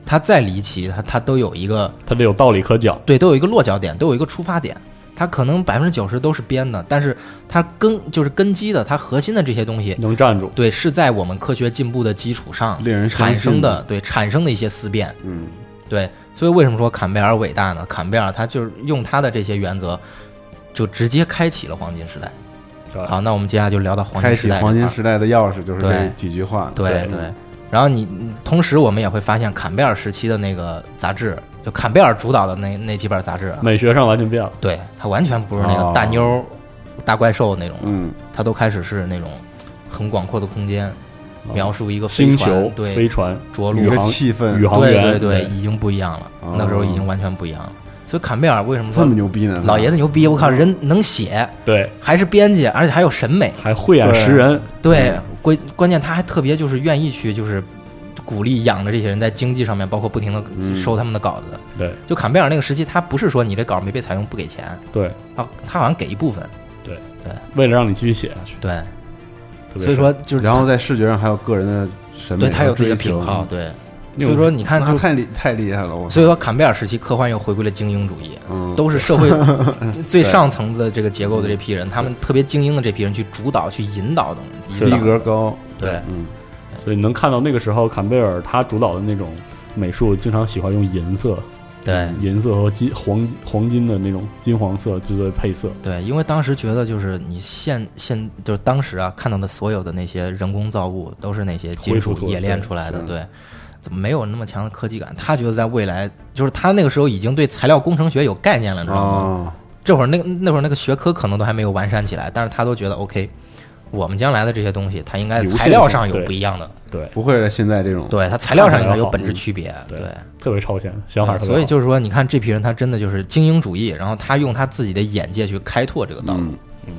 他再离奇，他他都有一个
他得有道理可讲。
对，都有一个落脚点，都有一个出发点。他可能百分之九十都是编的，但是他根就是根基的，他核心的这些东西，
能站住，
对，是在我们科学进步的基础上
令人
产
伤
生
心
的，对产生的一些思辨。
嗯，
对，所以为什么说坎贝尔伟大呢？坎贝尔他就是用他的这些原则，就直接开启了黄金时代。
对
好，那我们接下来就聊到黄
开
金时
启
代这块儿。
黄金时嗯代的钥匙就是这
对
几句话，
对
对
对。然后你同时我们也会发现，坎贝尔时期的那个杂志，就坎贝尔主导的那那几本杂志啊，
美学上完全变了。
对它完全不是那
哦
个大妞儿、大怪兽那种了，
嗯，
它都开始是那种很广阔的空间，描述一个飞
啊哦星
船
球、
对
飞船、
着陆
一
宇
个
航
气氛
宇航
对
员，
对对，已经不一样了，
哦
那时候已经完全不一样了。所以坎贝尔为什么
这
说
么牛逼呢？
老爷子牛逼？我靠，人能写，
对，
还是编辑，而且还有审美。
还慧眼识人，
对，关关键他还特别就是愿意去就是鼓励养着这些人在经济上面，包括不停
嗯
的收他们的稿子。
对
就坎贝尔那个时期，他不是说你这稿没被采用不给钱，
对，
啊，他好像给一部分。
为了让你继续写下去，
对，
特别
所以说就是
然后在视觉上还有个人的审美和追求，嗯
对他有自己的品好，对，
那
所以
种
说你看
那
就。
太厉太厉害了，我
所以说，坎贝尔时期科幻又回归了精英主义，
嗯，
都是社会最最上层的这个结构的这批人，他们特别精英的这批人去主导、去引导东西，
是
引
逼
导
格高，
对
嗯，
所以你能看到那个时候坎贝尔他主导的那种美术，经常喜欢用银色，嗯
对
银色和金黄黄金的那种金黄色就作为配色，
对，因为当时觉得就是你现现就是当时啊看到的所有的那些人工造物都是那些金属
恢复出来
冶炼出来的，
对
对，怎么没有那么强的科技感？他觉得在未来，就是他那个时候已经对材料工程学有概念了，你知道吗？
哦，
这会儿那个那会儿那个学科可能都还没有完善起来，但是他都觉得 OK，我们将来的这些东西，它应该
流线
材料
上
上有
对
不一样的，
对，
不会是现在这种，
对它材料上
看起
应
来
该有
好
本质
嗯
区别，
对
对。
特别超前，想法
嗯
特别好
所以就是说，你看这批人，他真的就是精英主义，然后他用他自己的眼界去开拓这个道路。
嗯，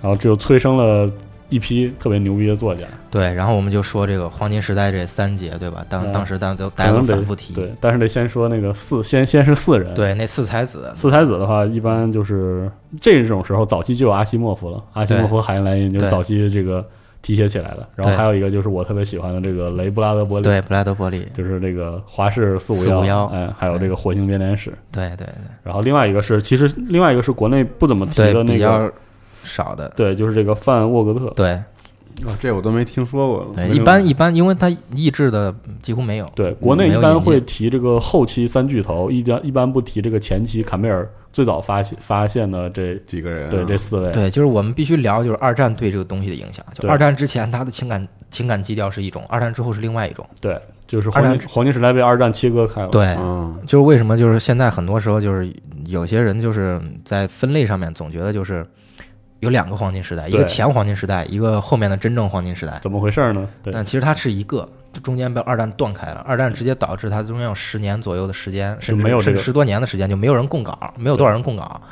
然后这就催生了一批特别牛逼的作家，
对，然后我们就说这个黄金时代这三节，对吧？当
嗯
当时大家都大
可
家都
能得
反复提，
对，但是得先说那个四，先先是四人，。
嗯对那四才子，
四才子的话，一般就是这种时候，早期就有阿西莫夫了。阿西莫夫、海因莱因就是
对
早期这个提携起来的。然后
对
还有一个就是我特别喜欢的这个雷布拉德伯里，
对布拉德伯利，
就是这个华氏四五
四五幺
哎，还有这个火星编年史。
对对
然后另外一个是，其实另外一个是国内不怎么提
对
的
对，
那
比
个，
较少的，
对，就是这个范沃格特。
对
哦这我都没听说过，
嗯对，
没
一
有
般一般，因为他译制的几乎没有，
对，国内
嗯没
一
有
般
引进
会提这个后期三巨头，一般一般不提这个前期坎贝尔最早发现发现的这
几个人啊，
对这四位，
对，就是我们必须聊，就是二战对这个东西的影响。就
对
二战之前，他的情感情感基调是一种，二战之后是另外一种。
对，就是
二
黄
战
金黄金时代被二战切割开了。
对，
嗯，
就是为什么就是现在很多时候就是有些人就是在分类上面总觉得就是有两个黄金时代，一个
对
前黄金时代，一个后面的真正黄金时代。
怎么回事呢？对，
但其实它是一个，中间被二战断开了，二战直接导致它中间有十年左右的时间，甚至
没有这
甚
个
至十多年的时间就没有人供稿，没有多少人供稿。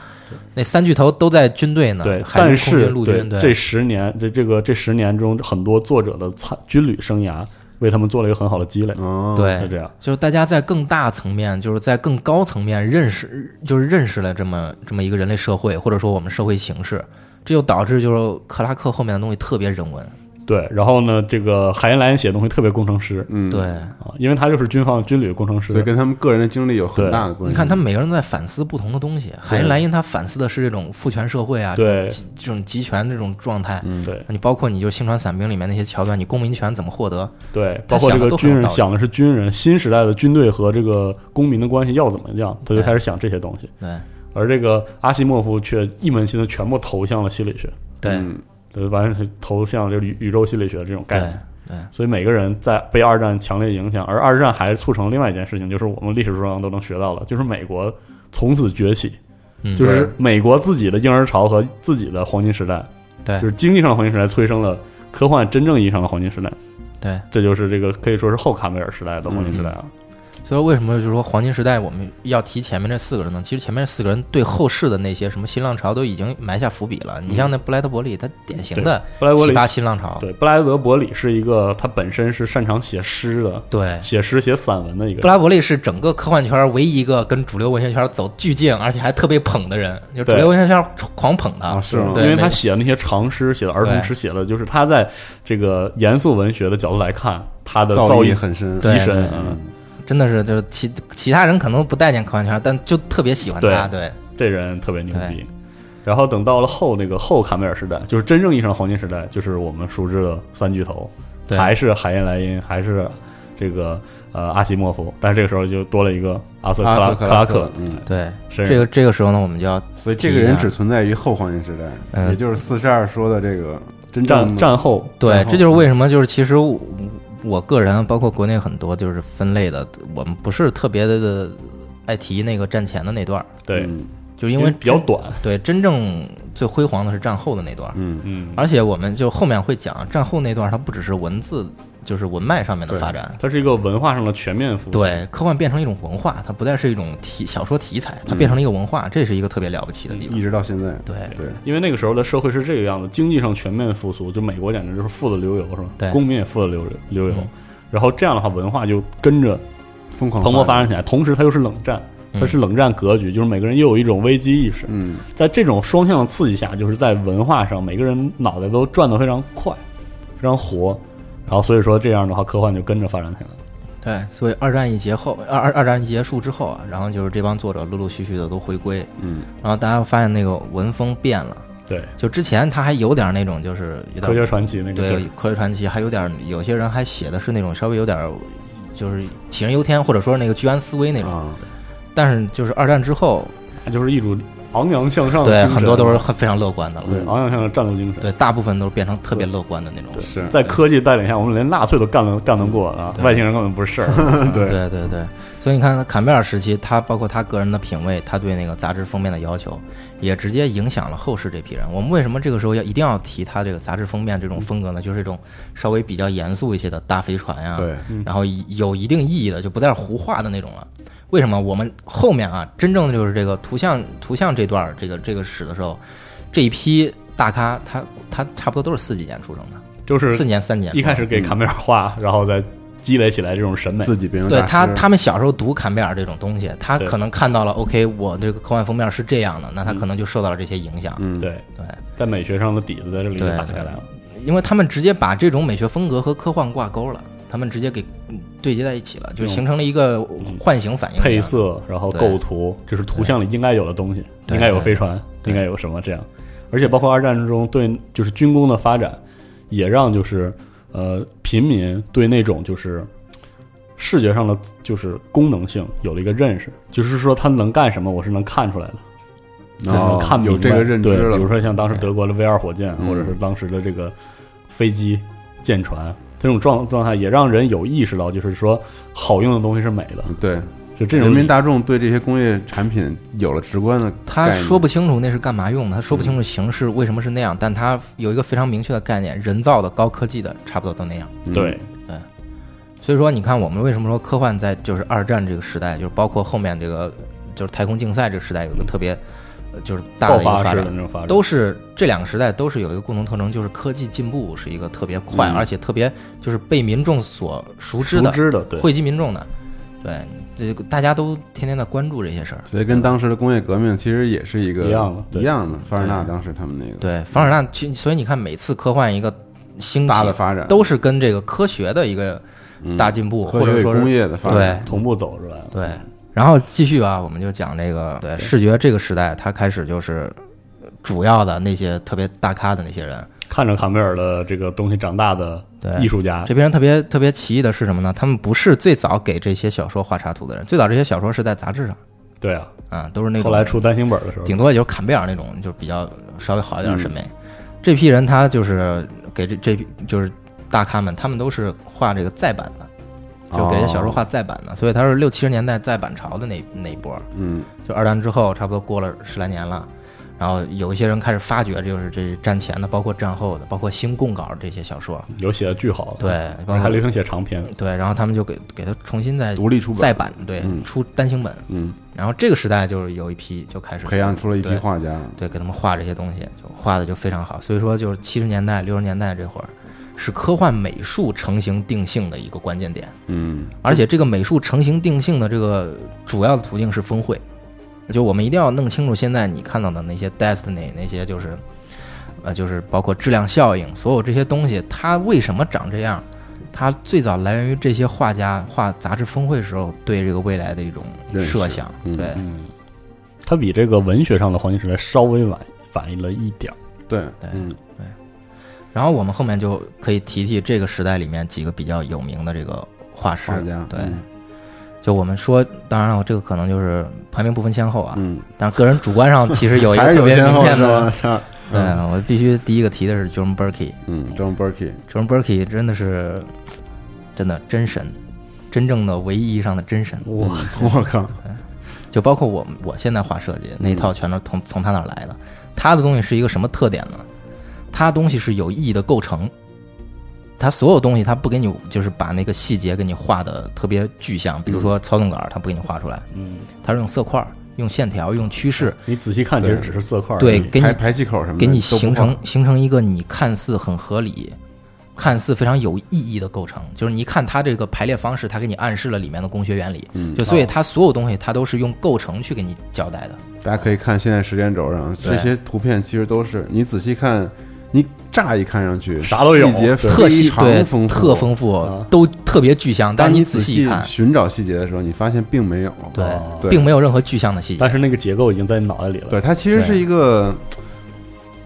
那三巨头都在军队呢，
对，
海军、
但
空
是
军、陆
对
军，对，
这十年，这这个这十年中，很多作者的参军旅生涯为他们做了一个很好的积累，
哦，
对
是这样。
就是大家在更大层面，就是在更高层面认识，就是认识了这么这么一个人类社会，或者说我们社会形式，这就导致就是克拉克后面的东西特别人文，
对，然后呢，这个海因莱因写的东西特别工程师
嗯，
对。
啊，因为他就是军方军旅工程师，
所以跟他们个人的经历有很大的关系。
你看，他们每个人都在反思不同的东西。海因莱因他反思的是这种父权社会啊，
对
集这种集权这种状态。
嗯
对
你包括你就是《星船散兵》里面那些桥段，你公民权怎么获得？
对，
他
包括这
想的
个
都很
军
有
人
道理
想的是军人新时代的军队和这个公民的关系要怎么样，他就
对
开始想这些东西，
对
而这个阿西莫夫却一门心思全部投向了心理学，
对、
嗯
就是完全投向这个宇宇宙心理学这种概
对
念。
对，
所以每个人在被二战强烈影响，而二战还促成了另外一件事情，就是我们历史书上都能学到了，就是美国从此崛起，
嗯，
就是美国自己的婴儿潮和自己的黄金时代，
对
就是经济上的黄金时代催生了科幻真正意义上的黄金时代，
对。
这就是这个可以说是后卡梅尔时代的黄金时代啊。
嗯所以说为什么就是说黄金时代我们要提前面这四个人呢？其实前面四个人对后世的那些什么新浪潮都已经埋下伏笔了。你像那布莱德伯利，他典型的
布莱德伯
启
里
发新浪潮。
对布莱德伯里是一个他本身是擅长写诗的，
对，
写诗写散文的一个
布
人。
拉伯利是整个科幻圈唯一一个跟主流文学圈走巨近，而且还特别捧的人，就主
对
流文学圈狂捧他。
啊，是吗？
对
因为他
没
写的那些长诗，写的儿童
对
诗，写的就是他在这个严肃文学的角度来看，他的造
造诣
诣
很深，
对
极深
对。
嗯，
真的是就是其其他人可能不待见科幻圈，但就特别喜欢他。对
这人特别牛逼。然后等到了后那个后卡梅尔时代，就是真正意义上的黄金时代，就是我们熟知的三巨头，
对
还是海因莱因，还是这个呃阿西莫夫，但是这个时候就多了一个阿瑟克
阿
拉
斯
克
啊拉
克，
嗯，
对，
身
这
上
个这个时候呢，我们就要
所以这个人只存在于后黄金时代，
嗯
也就是四十二说的这个真正嗯
呃战
的
战后
对
然，后
这就是为什么就是其实我我个人包括国内很多就是分类的，我们不是特别的爱提那个战前的那段儿，
对，
嗯
就是因为
比较短，
对真正最辉煌的是战后的那段儿，
嗯，
嗯，
而且我们就后面会讲战后那段儿，它不只是文字，就是文脉上面的发展。
它是一个文化上的全面复兴，
对，科幻变成一种文化，它不再是一种题小说题材，它变成了一个文化，这是一个特别了不起的地方。
一直到现在，
对
对，
因为那个时候的社会是这个样子，经济上全面复苏，就美国简直就是富的流油，是吧？
对
公民也富的流流油
嗯。
然后这样的话，文化就跟着
疯狂
蓬勃发展起来，同时它又是冷战，
嗯
它是冷战格局，就是每个人又有一种危机意识。
嗯，
在这种双向的刺激下，就是在文化上，每个人脑袋都转得非常快，非常活。然后所以说这样的话，科幻就跟着发展起来了。
对，所以二战一结后，二二二战一结束之后啊，然后就是这帮作者陆陆续续的都回归，
嗯，
然后大家发现那个文风变了，
对，
就之前他还有点那种就是有
科
点
学传奇那个劲
对
儿，
科学传奇，还有点有些人还写的是那种稍微有点就是杞人忧天，或者说那个居安思危那种。
啊，
但是就是二战之后，
它就是一种昂扬向上的
对
精神
很多都是很非常乐观的了，
对昂扬向上的战斗精神。
对大部分都是变成特别乐观的那种。
是
在科技带领下，我们连纳粹都干得干得过啊！
对
外星人根本不 是事儿。啊对，
啊对对对，所以你看坎贝尔时期，他包括他个人的品味，他对那个杂志封面的要求，也直接影响了后世这批人。我们为什么这个时候要一定要提他这个杂志封面这种风格呢？就是这种稍微比较严肃一些的大飞船呀、
对，
嗯
然后有一定意义的，就不再是胡画的那种了。为什么我们后面啊，真正的就是这个图像图像这段儿这个这个史的时候，这一批大咖他他差不多都是四几年出生的，
就是
四年三年嗯
一开始给卡梅尔画，然后再积累起来这种审美。
自己变成
对
大师
他，他们小时候读坎贝尔这种东西，他
嗯对嗯
可能看到了，OK，我这个科幻封面是这样的，那他可能就受到了这些影响。
嗯，
对，
对，
在美学上的底子在这里就打开来了。
因为他们直接把这种美学风格和科幻挂钩了，他们直接给嗯对接在一起了，就
嗯
形成了一个唤醒反应。
配，色，然后
对
构图，这是图像里应该有的东西，
对
应该有飞船，
对
应该有什么这样。而且包括二战之中对就是军工的发展，也让就是呃平民对那种就是视觉上的就是功能性有了一个认识，就是说他能干什么，我是能看出来的。
哦
能看明白
有这个认知
对
了，
比如说像当时德国的 V 二火箭，啊
嗯
或者是当时的这个飞机、舰船，这种状状态也让人有意识到，就是说好用的东西是美的，
对，
就这种
嗯人民大众对这些工业产品有了直观的概念，
他说不清楚那是干嘛用的，他说不清
嗯
楚形式为什么是那样，但他有一个非常明确的概念，人造的、高科技的，差不多都那样。
嗯
对，
所以说，你看我们为什么说科幻在就是二战这个时代，就是包括后面这个就是太空竞赛这个时代，有一个特别呃就是大
爆
的一个
发
发
式
展
的，那种发展，
都是这两个时代都是有一个共同特征，就是科技进步是一个特别快，
嗯
而且特别就是被民众所熟知
熟
的、
知的，对，
惠及民众的。对，这个大家都天天在关注这些事儿。
所以跟当时的工业革命其实也是一个
一样的对
一样的。凡尔纳当时他们那个
对，凡尔纳，其实所以你看，每次科幻一个兴起
大，的嗯发展
都是跟这个科学的一个
嗯
大进步，
科
或
学
者
与
说是
工业的发
对
展，
同步走出来了。
对，然后继续啊，我们就讲这个对视觉这个时代，它开始就是呃主要的那些特别大咖的那些人，
看着坎贝尔的这个东西长大的
对
艺术家，
这边人特别特别奇异的是什么呢？他们不是最早给这些小说画插图的人，最早这些小说是在杂志上
对啊，
啊，都是那
后
种
来出单行本的时候，
顶多也就是坎贝尔那种，就是比较稍微好一点的审
嗯
美。这批人他就是给这这批就是大咖们，他们都是画这个再版的。就
哦
给这些小说画再版
哦
的，所以他是六七十年代再版潮的那那一波。
嗯
就二战之后，差不多过了十来年了，然后有一些人开始发掘，就是这战前的，包括战后的，包括新供稿这些小说，
有写的巨好的，
对，包
还
括
流行写长篇，
对，然后他们就给给他重新再
独立出
再
版，
版，对，
嗯
出单行本。
嗯，
然后这个时代就是有一批就开始
培养出了一批
对
画家，
对，给他们画这些东西，就画的就非常好。所以说，就是七十年代、六十年代这会儿，是科幻美术成型定性的一个关键点。
嗯
而且这个美术成型定性的这个主要的途径是峰会，就我们一定要弄清楚现在你看到的那些 Destiny 那些就是，呃，就是包括质量效应，所有这些东西它为什么长这样？它最早来源于这些画家画杂志峰会时候对这个未来的一种
认识
设想，
嗯
对
嗯，它比这个文学上的黄金时代稍微晚晚了一点儿，
对
对
嗯
然后我们后面就可以提提这个时代里面几个比较有名的这个画师
画家，
对，
嗯
就我们说，当然了，这个可能就是排名不分先后啊，
嗯，
但是个人主观上其实有一 个
还是
特
有
别
先
明
后
显
是
的
吧？，嗯操
对，我必须第一个提的是 John Burkey。
嗯，John Burkey，
John Burkey 真的是，真的真神，真正的唯一意义上的真神。
我我靠，
就包括我我现在画设计那一
嗯
套，全都是从从他那儿来的。他的东西是一个什么特点呢？他东西是有意义的构成，他所有东西他不给你，就是把那个细节给你画的特别具象，
嗯
比如说操纵杆儿，他不给你画出来，
嗯，
他是用色块儿、用线条、用趋势，
你仔细看，其
对
实只是色块儿而
对
已，
给你
排排气口什么的
给你
都不
形
画
成形成一个你看似很合理、看似非常有意义的构成。就是你一看它这个排列方式，它给你暗示了里面的工学原理。
嗯
就所以
哦
它所有东西它都是用构成去给你交代的。
大家可以看现在时间轴上，
对
这些图片其实都是你仔细看，你乍一看上去
啥都有
细节
特
非
细对
常丰富，
特丰富
啊，
都特别具象，但
当
是
你
仔细
细
一看，
寻找细节的时候，你发现并没有。
对
哦，
对
并没有任何具象的细节。
但是那个结构已经在你脑袋里了，
对，它其实
对
是一个，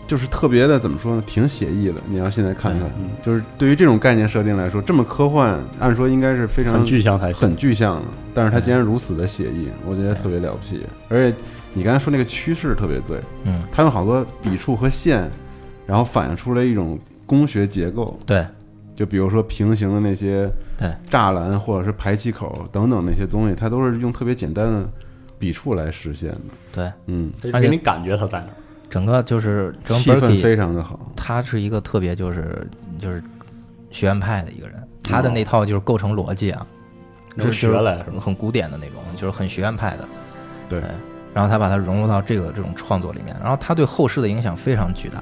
就是特别的，怎么说呢？挺写意的。你要现在看看，
嗯
就是对于这种概念设定来说，这么科幻，按说应该是非常
很具象才行
很。具象的，但是它竟然如此的写意，我觉得特别了不起。而且你刚才说那个趋势特别对，
嗯，
它用好多笔触和线，然后反映出了一种工学结构，
对
就比如说平行的那些
对
栅栏或者是排气口等等那些东西，它都是用特别简单的笔触来实现的。
对，
嗯，
这
而
就
且
给你感觉它在哪儿，
整个就是整
气
个 Berkey
氛非常的好。
他是一个特别就是就是学院派的一个人，他
啊
的那套就是构成逻辑啊，
能
是
学来是
就是
吗
很古典的那种，就是很学院派的。哎
对
然后他把它融入到这个这种创作里面，然后他对后世的影响非常巨大。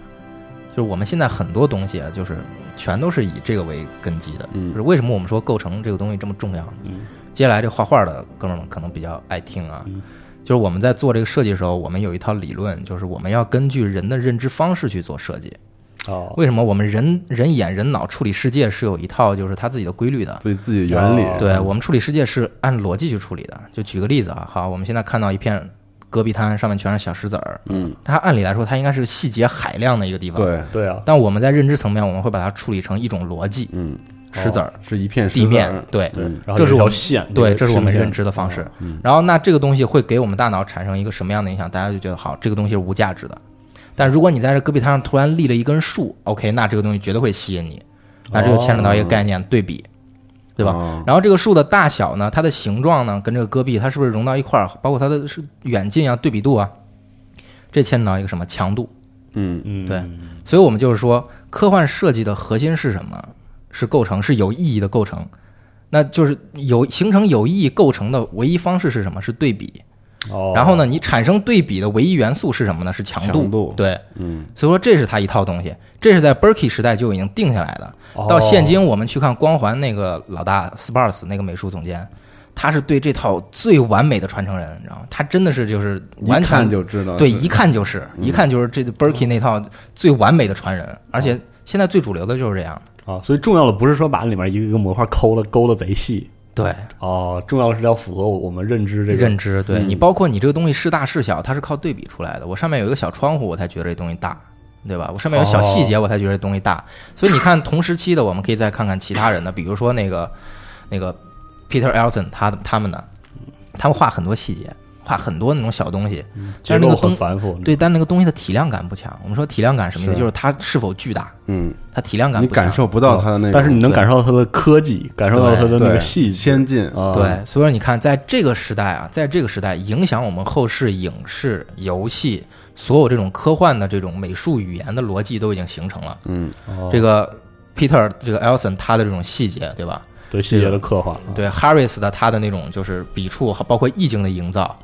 就是我们现在很多东西啊，就是全都是以这个为根基的。
嗯
就是为什么我们说构成这个东西这么重要呢？
嗯
接下来这画画的哥们儿们可能比较爱听啊，
嗯
就是我们在做这个设计的时候，我们有一套理论，就是我们要根据人的认知方式去做设计。
哦，
为什么我们人人眼人脑处理世界是有一套就是它自己的规律的？
自己自己的原理，
哦
对我们处理世界是按逻辑去处理的。就举个例子啊，好，我们现在看到一片戈壁滩，上面全是小石子儿，
嗯，
它按理来说它应该是细节海量的一个地方，。
对，
对啊，
但我们在认知层面，我们会把它处理成一种逻辑，
嗯，
石子儿、
是一片石子
地
儿
面，对。
嗯
然后
这是
有一条
我们
线，
对，
一个
这是我们
平面
认知的方式。然后，那这个东西会给我们大脑产生一个什么样的影响？大家就觉得好，这个东西是无价值的。但如果你在这戈壁滩上突然立了一根树，OK，那这个东西绝对会吸引你。那这就牵扯到一个概念对比，对吧？
哦
然后这个树的大小呢，它的形状呢，跟这个戈壁它是不是融到一块儿，包括它的是远近啊、对比度啊，这牵扯到一个什么强度。
嗯
嗯，
对所以我们就是说，科幻设计的核心是什么？是构成，是有意义的构成。那就是有形成有意义构成的唯一方式是什么？是对比。
哦，
然后呢，你产生对比的唯一元素是什么呢？是强度。
强度
对，
嗯
所以说这是它一套东西，这是在 Berkey 时代就已经定下来的。
哦
到现今，我们去看光环那个老大 Sparse 那个美术总监，他是对这套最完美的传承人，你知道吗？他真的是就是完
一
全
看就知道是，嗯
对，一看就是，一看就是这 Berkey 那套最完美的传人，
哦
而且现在最主流的就是这样。
啊，所以重要的不是说把里面一个一个模块抠了勾了贼细
对，
哦，重要的是要符合我们认知这个
认知，
嗯
对你包括你这个东西是大是小，它是靠对比出来的。我上面有一个小窗户，我才觉得这东西大，对吧？我上面有小细
哦
节，我才觉得这东西大。所以你看同时期的，我们可以再看看其他人的，比如说那个那个 Peter Elson 他他们的，他们画很多细节，画很多那种小东西，
结
但是那
构
个东
很繁复，
对，但那个东西的体量感不强。我们说体量感什么意思？
嗯是
就是它是否巨大，
嗯，
它体量感
你
不强
感受不到它的那种，
但是你能
对
感受到它的科技，感受到它的那
对
个细节
先进，哦
啊，
对，所以说你看，在这个时代啊，在这个时代，影响我们后世影视、游戏所有这种科幻的这种美术语言的逻辑都已经形成了。
嗯，
哦
这个 Peter 这个 Elson 他的这种细节，对吧？
对细节的刻画，啊
对 Harris 的他的那种就是笔触，包括意境的营造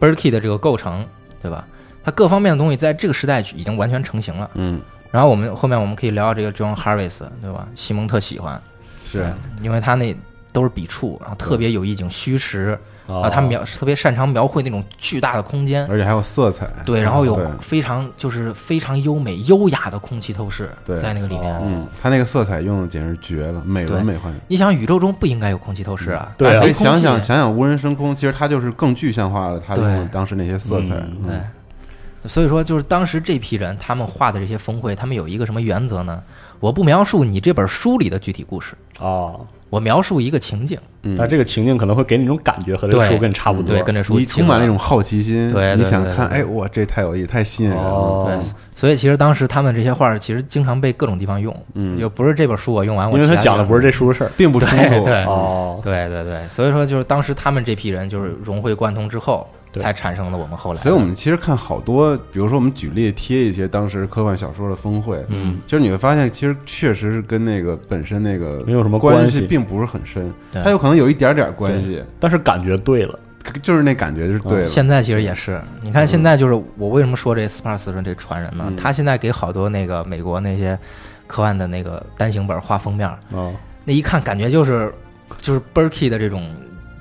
，Berkey 的这个构成，对吧？它各方面的东西在这个时代已经完全成型了。
嗯，
然后我们后面我们可以聊聊这个 John Harris，对吧？西蒙特喜欢，
是
因为他那都是笔触，然后特别有意境，虚实，啊，他
们
描特别擅长描绘那种巨大的空间，
而且还有色彩，
对，然后有哦
对
非常就是非常优美优雅的空气透视
对
在那个里面
哦。
嗯，它那个色彩用的简直绝了，美轮美奂。
你想宇宙中不应该有空气透视啊？
对啊
但
哎
没空
想
气
想想想无人升空，其实它就是更具象化了，它
对
用的当时那些色彩，
嗯
嗯
对，所以说就是当时这批人他们画的这些峰会，他们有一个什么原则呢？我不描述你这本书里的具体故事，
哦，
我描述一个情景，
嗯
但这个情境可能会给你一种感觉和这个
对嗯
书跟你差不多，
对，跟这书
你充满了
那
一种好奇心，
对对
你
对
想
对
看，
对
哎，哇，这太有意，太吸引人了，
哦
对，，所以其实当时他们这些画儿其实经常被各种地方用，
嗯
就不是这本书我用完，我
因为他
其地
讲的
方
不是这书的事儿
并不冲
对
突，
对
哦，
对对对，所以说就是当时他们这批人就是融会贯通之后，
嗯对
才产生了我们后来的。
所以，我们其实看好多，比如说我们举例贴一些当时科幻小说的峰会，
嗯，
其实你会发现，其实确实是跟那个本身那个
没有什么
关
关系
并不是很深，
对
它有可能有一点点关系，
但是感觉对了，
就是那感觉就是对了，
现在其实也是，你看现在就是我为什么说这斯帕斯人这传人呢？
嗯
他现在给好多那个美国那些科幻的那个单行本画封面儿，
啊，
那一看感觉就是就是 Berkey 的这种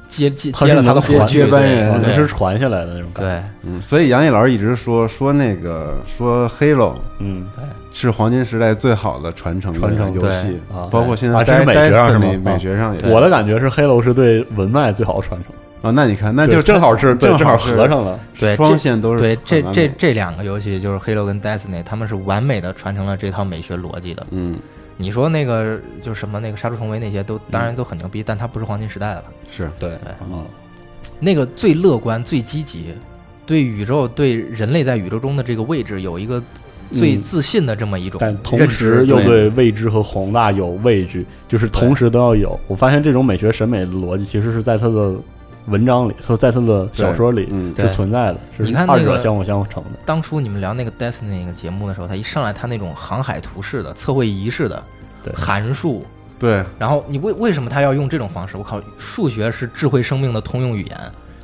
接接
他
接
是
了他的
能接
火炬
接班人，
对
能是
对
传下来的那种感觉，
对
嗯，所以杨毅老师一直说说那个说 Halo
嗯
是黄金时代最好的传承的
传承
游戏
对啊，
包括现
啊
在呆
这是美
呆
学上
森
是
美
吗啊
美学上也是
我的感觉是黑楼是对文脉最好的传承，
啊，那你看，那
对
就
正好是对
正
正好
是
合上了，
对
双
这
线都是
对，这
很完美
这这两个游戏就是《Halo》跟《Destiny》，他们是完美的传承了这套美学逻辑的。
嗯
你说那个就是什么那个杀出重围那些都当然都很牛逼，但它不是黄金时代的了。哎
是
嗯对啊，
那个最乐观、最积极，对宇宙、对人类在宇宙中的这个位置有一个最
嗯
自信的这么一种认
但
知，
同时又
对
对未知和宏大有畏惧，就是同时都要有。我发现这种美学审美的逻辑，其实是在他的文章里，和在他的小说里
嗯
对
是存在的，
你
是
看那个
二者相辅相成的。
当初你们聊那个 Destiny 那个节目的时候，他一上来他那种航海图式的、测绘仪式的
对
函数，
对，
然后你为为什么他要用这种方式？我靠，数学是智慧生命的通用语言，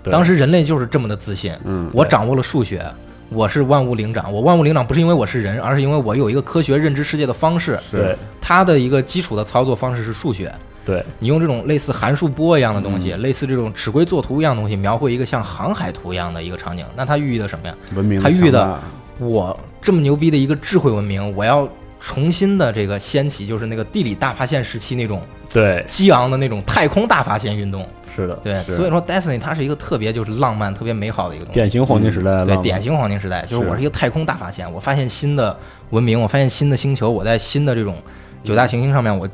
对
当时人类就是这么的自信。
嗯
我掌握了数学，我是万物灵长。我万物灵长不是因为我是人，而是因为我有一个科学认知世界的方式。
对
是
它的一个基础的操作方式是数学。
对
你用这种类似函数波一样的东西，类似这种尺规作图一样的东西，描绘一个像航海图一样的一个场景，那它寓意的什么呀？
文明
它
强
遇的
大
我这么牛逼的一个智慧文明，我要重新的这个掀起，就是那个地理大发现时期那种
对，
激昂的那种太空大发现运动。
是的，
对，
是
所以说 Destiny 它是一个特别就是浪漫、特别美好的一个东西。
典型黄金时代的
嗯对
浪，漫
典型黄金时代，就是
是
我是一个太空大发现，我发现新的文明，我发现新的星球，我在新的这种九大行星上面，我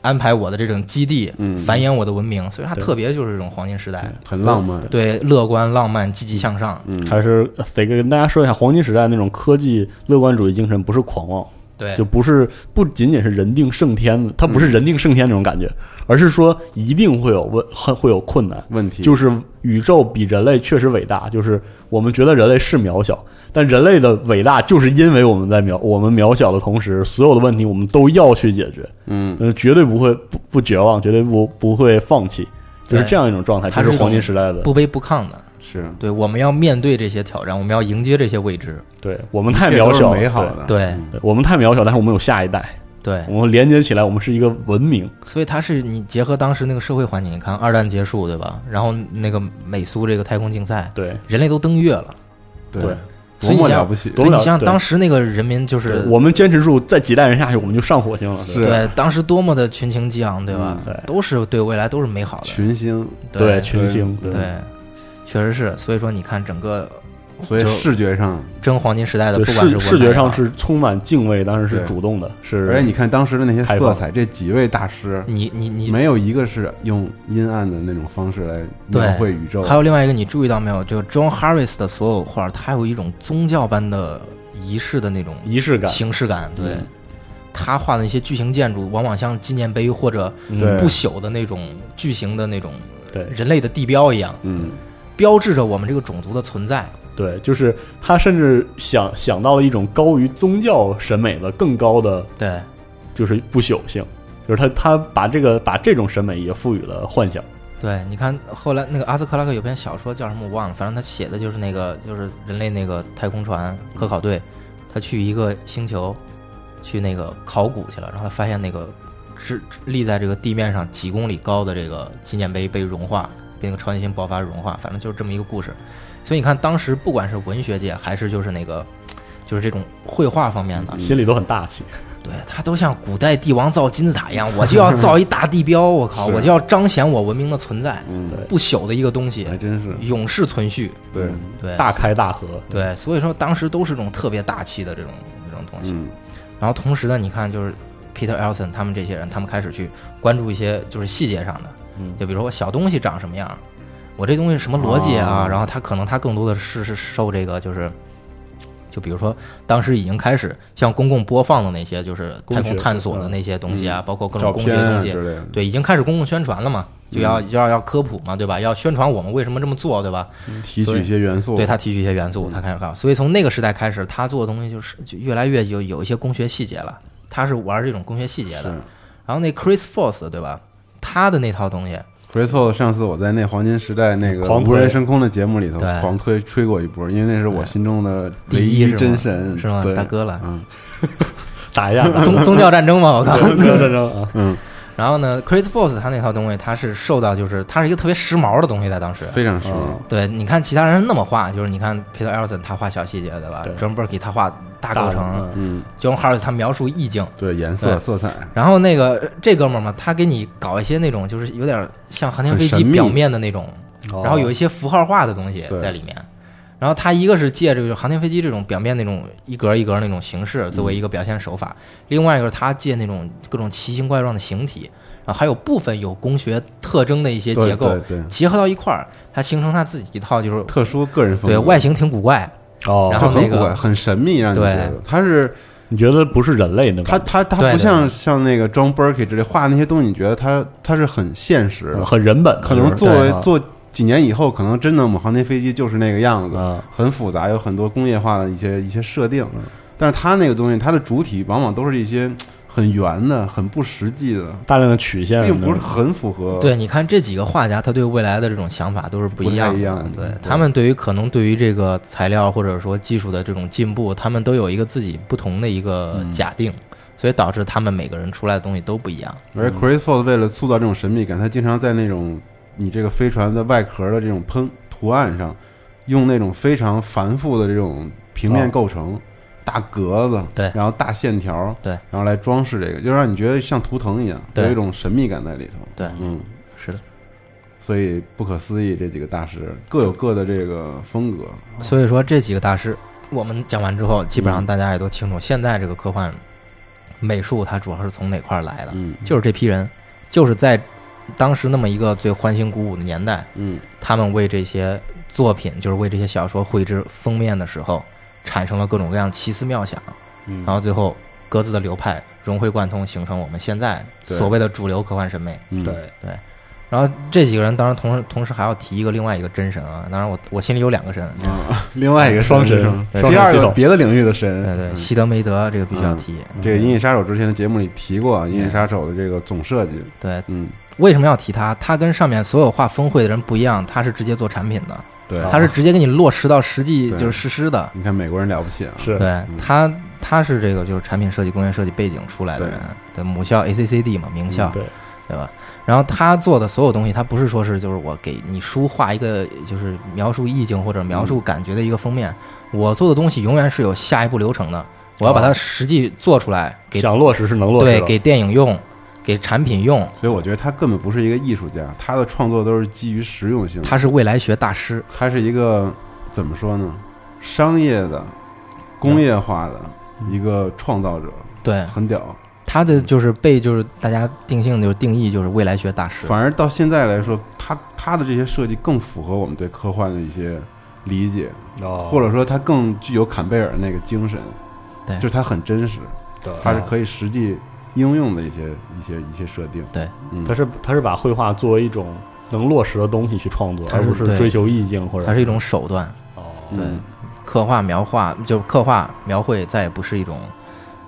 安排我的这种基地，
嗯
繁衍我的文明，所以它
对
特别就是这种黄金时代，
很浪漫，
对，乐观、浪漫、积极向上，
嗯
还是得跟大家说一下，黄金时代那种科技乐观主义精神不是狂妄，
对嗯
就不是不仅仅是人定胜天的，它不是人定胜天那种感觉，而是说一定会有问会有困难，
问题
就是宇宙比人类确实伟大，就是我们觉得人类是渺小，但人类的伟大就是因为我们在渺我们渺小的同时，所有的问题我们都要去解决，
嗯，
呃，绝对不会不不绝望，绝对不不会放弃，就是
对
这样一种状态，
它
这
是
是
一种
黄金时代的。
不卑不亢的。
是
对，我们要面对这些挑战，我们要迎接这些未知。
对我们太渺
这都
小
是
了，
美好的，
对
嗯
对，对我们太渺小，但是我们有下一代，
对，
我们连接起来，我们是一个文明。
所以它是你结合当时那个社会环境，你看二战结束对吧？然后那个美苏这个太空竞赛，
对，
人类都登月了，
对
多
所以
么
你想
了不起，
多
对
么
你
了
想想
对
当时那个人民就是
我们坚持住，在几代人下去，我们就上火星了。对
是
对当时多么的群情激昂，对吧？
嗯对
都是对未来都是美好的，
群星，
对，
对
群星，对，
对确实是。所以说，你看整个
所以
就
视觉上，
真黄金时代的，
对
不管是
视视
文
觉
化也好
上是充满敬畏，当然是
对
主动的，
而且
是
你看当时的那些
开
色
放
彩，这几位大师
你你你
没有一个是用阴暗的那种方式来描绘宇宙，
还有另外一个，你注意到没有？就 John Harris 的所有画，它有一种宗教般的仪式的那种
仪式感。
形式感。对
嗯，
他画的那些巨型建筑，往往像纪念碑或者
嗯
对
不朽的那种巨型的那种
对
人类的地标一样，
嗯，
标志着我们这个种族的存在。
对，就是他甚至想想到了一种高于宗教审美的更高的，
对，
就是不朽性，就是他他把这个把这种审美也赋予了幻想。
对，你看后来那个阿斯克拉克有篇小说叫什么我忘了，反正他写的就是那个就是人类那个太空船科考队，他去一个星球去那个考古去了，然后他发现那个直直立在这个地面上几公里高的这个纪念碑被融化，被那个超新星爆发融化，反正就是这么一个故事。所以你看，当时不管是文学界还是就是那个 就是这种绘画方 面的，
心里都很大气。
对他都像古代帝王造金字塔一样，我就要造一大地标，我靠，
是
我就要彰显我文明的存在。
嗯，
对
不朽的一个东西
还，真是
永世存续。
对，
对，
大开大合。
对，所以说当时都是这种特别大气的这种这种东西。
嗯，
然后同时呢，你看就是 Peter Elson 他们这些人，他们开始去关注一些就是细节上的，
嗯
就比如说小东西长什么样，我这东西什么逻辑啊？
哦
然后他可能他更多的是是受这个就是。就比如说，当时已经开始向公共播放的那些，就是太
工
空
学
探索的那些东西啊，包括各
照
种工学
片啊
东西
之，类的，
对，已经开始公共宣传了嘛，就要要要科普嘛，对吧？要宣传我们为什么这么做，对吧？
提取一些元素，
对他提取一些元素，他开始搞。所以从那个时代开始，他做的东西就是就越来越有有一些工学细节了，他是玩这种工学细节的
是。
然后那 Chris Force 对吧？他的那套东西，
c r i s t 上次我在那黄金时代那个
狂推
无人升空的节目里头
对
狂推吹过一波，因为那是我心中的唯
第一是吗
真神，
是吗
对
大哥了
嗯
打一架，
宗宗教战争嘛，我靠。
战争啊，
嗯，
然后呢，Chris Force 他那套东西，他是受到就是他是一个特别时髦的东西，在当时。
非常熟，
嗯
对，你看其他人那么画，就是你看 Peter Elson 他画小细节，对吧
对
？John Burkey 他画大构成
嗯
嗯，
，John Hart 他描述意境。
对颜色
对
色彩，
然后那个这哥们儿嘛，他给你搞一些那种就是有点像航天飞
很
机
神秘
表面的那种，
哦
然后有一些符号化的东西
对
在里面。然后他一个是借着就是航天飞机这种表面那种一格一格那种形式作为一个表现手法，
嗯
另外一个是他借那种各种奇形怪状的形体，然后还有部分有工学特征的一些
对
结构
对对
结合到一块儿，他形成他自己一套就是
特殊个人风
对
格，
外形挺古怪，
哦，
然
就
后
很
那
古
个
怪，很神秘，让你觉
对
得它是
你觉得不是人类的
它
吧？
它它
对
不
对
像像那个 John Burkey 之类画那些东西，你觉得它它是很现实的
嗯，很人本的，
可能
做
作为
啊
做几年以后，可能真的我们航天飞机就是那个样
嗯
子，
啊，
很复杂，有很多工业化的一些一些设定。但是它那个东西，它的主体往往都是一些嘖很圆的、很不实际的，
大量的曲线，
并不是很符合。
对，你看这几个画家，他对未来的这种想法都是不
不太
一样的。
一样
对
对
他们对于可能对于这个材料或者说技术的这种进步，他们都有一个自己不同的一个假定，所以导致他们每个人出来的东西都不一样。
嗯
而 Chris Ford 为了塑造这种神秘感，他经常在那种你这个飞船的外壳的这种喷图案上，用那种非常繁复的这种平面
哦
构成。大格子，
对
然后大线条，
对，
然后来装饰这个，就让你觉得像图腾一样，
对
有一种神秘感在里头。
对，
嗯，
是的。
所以不可思议，这几个大师各有各的这个风格。
所以说这几个大师，我们讲完之后，基本上大家也都清楚，现在这个科幻美术它主要是从哪块儿来的？
嗯
就是这批人，就是在当时那么一个最欢欣鼓舞的年代，
嗯，
他们为这些作品，就是为这些小说绘制封面的时候，产生了各种各样奇思妙想，
嗯
然后最后各自的流派融会贯通，形成我们现在
对
所谓的主流科幻审美。
嗯，
对，
然后这几个人，当然同时同时还要提一个另外一个真神啊，当然我我心里有两个神，
啊，另外一个
双神
神是吧，
对
嗯第
双
二
神系
个
统嗯
别的领域的神，
对对，
嗯
西德梅德这个必须要提。
这个《银翼杀手》之前的节目里提过，《银翼杀手》的这个总设计，
对，
嗯，
为什么要提他？他跟上面所有画峰会的人不一样，他是直接做产品的，
对，
他是直接给你落实到实际
哦对
就是实施的。
你看美国人了不起啊，
是
对他，他是这个就是产品设计、工业设计背景出来的
对
人，对母校 ACCD 嘛，名校，
对，
对吧？然后他做的所有东西，他不是说是就是我给你书画一个就是描述意境或者描述感觉的一个封面，我做的东西永远是有下一步流程的，我要把它实际做出来，给
想落实是能落实
对
的，
给电影用，给产品用，
所以我觉得他根本不是一个艺术家，他的创作都是基于实用性的，
他是未来学大师，
他是一个怎么说呢，商业的、工业化的
嗯
一个创造者，
对
很屌。
他的就是被就是大家定性就是定义就是未来学大师，
反而到现在来说，他他的这些设计更符合我们对科幻的一些理解，
或
哦
或者说他更具有坎贝尔那个精神，
对哦
就是他很真实，他
啊
是可以实际应用的一些一些一些设定。
对，
嗯，
他是他是把绘画作为一种能落实的东西去创作，
它
而
是
不是
对
追求意境或者
它是一种手段，
哦，
嗯
刻画描画就刻画描绘再也不是一种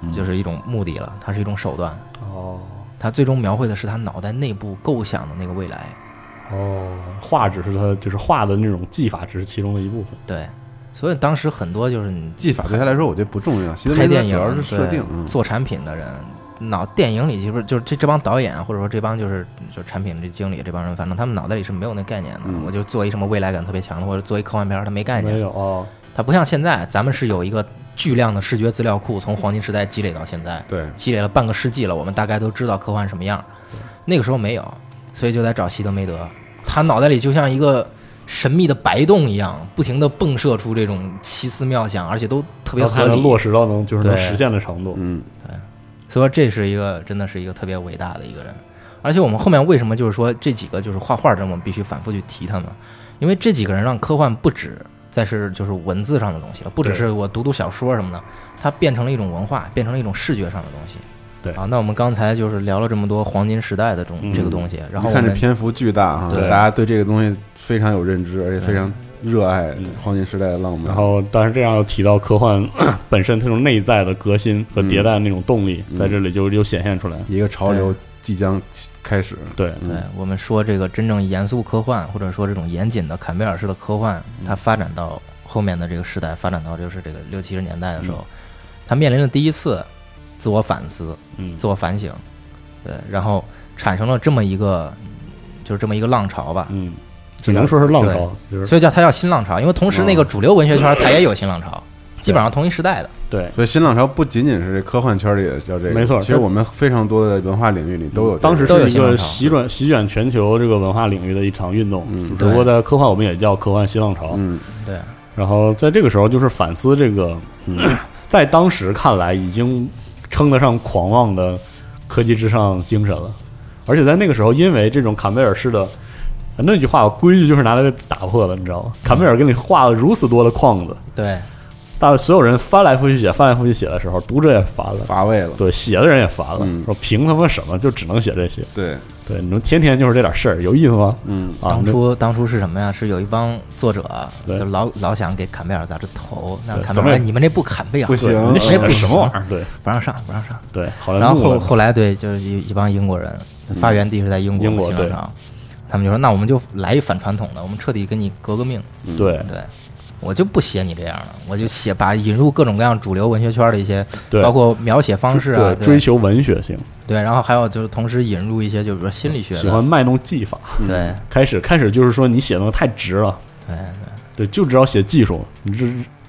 嗯
就是一种目的了，它是一种手段，
哦
他最终描绘的是他脑袋内部构想的那个未来。
哦，画只是他就是画的那种技法，只是其中的一部分。
对，所以当时很多就是你
技法对他来说，我觉得不重要。其实
拍电影
主要是设
对
定，嗯
做产品的人，脑电影里就是就是这这帮导演或者说这帮就是就是产品这经理这帮人，反正他们脑袋里是没有那概念的。
嗯
我就做一什么未来感特别强的，或者做一科幻片儿，他没概
没
念。
有哦，
他不像现在，咱们是有一个巨量的视觉资料库，从黄金时代积累到现在。
对，
积累了半个世纪了，我们大概都知道科幻什么样。那个时候没有，所以就得找希德梅德，他脑袋里就像一个神秘的白洞一样，不停地迸射出这种奇思妙想，而且都特别
然后
合
才能
理。
落实到能就是能
对
实现的程度。
嗯，
所以说这是一个真的是一个特别伟大的一个人。而且我们后面为什么就是说这几个就是画画的人，我们必须反复去提他们，因为这几个人让科幻不止再是就是文字上的东西了，不只
对
是我读读小说什么的，它变成了一种文化，变成了一种视觉上的东西。
对
啊，那我们刚才就是聊了这么多黄金时代的这种、
嗯
这个东西，然
你
后我
看这
们
篇幅巨大哈，
对
大家对这个东西非常有认知，而且非常热爱
嗯
黄金时代的浪漫。
然，后，但是这样又提到科幻 本身它那种内在的革新和迭代那种动力，
嗯
在这里就就显现出来。
一个潮流即将开始，
对，
嗯
对我们说这个真正严肃科幻，或者说这种严谨的坎贝尔式的科幻，
嗯
它发展到后面的这个时代，发展到就是这个六七十年代的时候，它面临了第一次自我反思、
嗯，
自我反省，对，然后产生了这么一个就是这么一个浪潮吧，
嗯，只能说是浪潮，就是
所以叫它叫新浪潮，因为同时那
嗯
个主流文学圈它也有新浪潮，基本上同一时代的，
对。
所以新浪潮不仅仅是这科幻圈里的叫这个，
没错
其实我们非常多的文化领域里都有这个。
当时
都有
是一
新浪潮
个席卷席卷全球这个文化领域的一场运动，
嗯
只不过在科幻我们也叫科幻新浪潮。
嗯，
对，
然后在这个时候，就是反思这个，嗯 在当时看来已经称得上狂妄的科技至上精神了。而且在那个时候，因为这种坎贝尔式的呃那句话，规矩就是拿来被打破的，你知道
嗯
吗？坎贝尔给你画了如此多的框子，
对，
但所有人翻来覆去写，翻来覆去写的时候，读者也烦了，
乏味了。
对，写的人也烦了，
嗯
说凭他妈什么就只能写这些？
对，
对，你们天天就是这点事儿，有意思吗？
嗯，
啊，
当
那
初当初是什么呀？是有一帮作者
对
就老老想给坎贝尔杂志投，那
对
坎贝
怎
尔
么
说你们这不坎贝尔，
不
对
行
你写的什么玩意
不
儿？啊对
不让上，不让上。
对，好莱
然后
坞
后
了
后来对，就是一一帮英国人，发源地是在英国
嗯英国
新浪潮，他们就说那我们就来一反传统的，我们彻底跟你革个命，
对
对。我就不写你这样的，我就写把引入各种各样主流文学圈的一些，
对，
包括描写方式啊，
对
对
追求文学性，
对，然后还有就是同时引入一些，就比如说心理学
喜欢
的，
卖弄技法。
嗯对
开始开始就是说你写的太直了，
对
对，就知道写技术，你这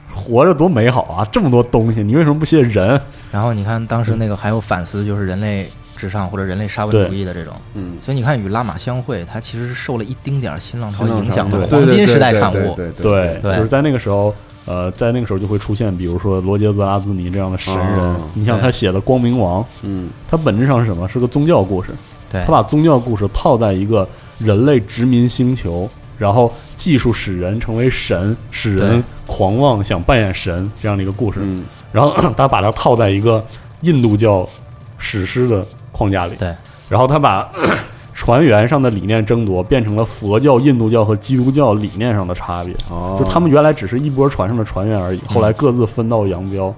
活着多美好啊！这么多东西，你为什么不写人？
然后你看当时那个还有反思，就是人类至上或者人类沙文主义的这种，
嗯，
所以你看与拉玛相会，它其实是受了一丁点儿新浪潮
新浪
影
潮
响的
对
黄
对
金
对
时代
对
产
对
物，
对对
对，
对
就是在那个时候，呃，在那个时候就会出现，比如说罗杰兹·阿兹尼这样的神人。
哦
你像
对
他写的《光明王》，
嗯，
它本质上是什么？是个宗教故事。
对
他把宗教故事套在一个人类殖民星球，然后技术使人成为神，使人狂妄想扮演神这样的一个故事。
嗯
然后他把它套在一个印度教史诗的框架里。
对，
然后他把 咳船员上的理念争夺变成了佛教、印度教和基督教理念上的差别。
哦，
就他们原来只是一波船上的船员而已，后来各自分道扬镳，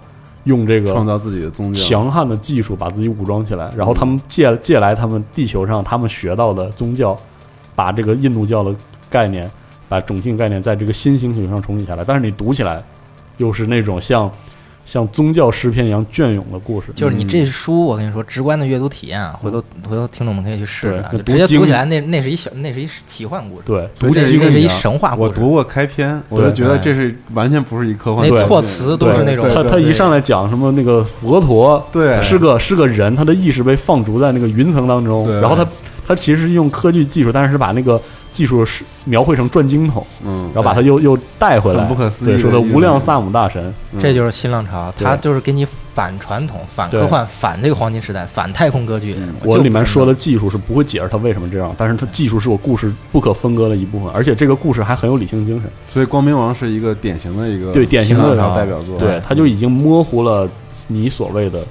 用这
哦创
个
造自己的宗教，
强悍的技术把自己武装起来，然后他们借借来他们地球上他们学到的宗教，把这个印度教的概念，把种姓概念在这个新星球上重启下来。但是你读起来，又是那种像像宗教诗篇一样隽永的故事。
就是你这书，我跟你说，直观的阅读体验啊，回头回头听众们可以去试试啊，就
嗯对那读
直接读
经
起来那那是一小那是一奇幻故事，
对，
所
读
以
这
这
是
经
那是
一
一
样，
神话故
我
事，
读过开篇，我就
对哎
觉得
对
这是完全不是一科幻作品，
那措辞都是那种
对
他他一上来讲什么那个佛陀，
对
是个是个人，他的意识被放逐在那个云层当中
对，
然后他他其实是用科技技术，但是把那个技术是描绘成转经筒，
嗯
然后把他又又带回来，
很不可思议
对，
的
说的
一个
无量萨姆大神，
嗯
这就是新浪潮，
对
它就是给你反传统、反科幻、反这个黄金时代、反太空歌剧。就
嗯我里面说
不
的技术是不会解释他为什么这样，但是他技术是我故事不可分割的一部分，而且这个故事还很有理性精神，
所以《光明王》是一个典型的一个
对典型啊
的
新浪潮代表作，
对，他就已经模糊了你所谓的。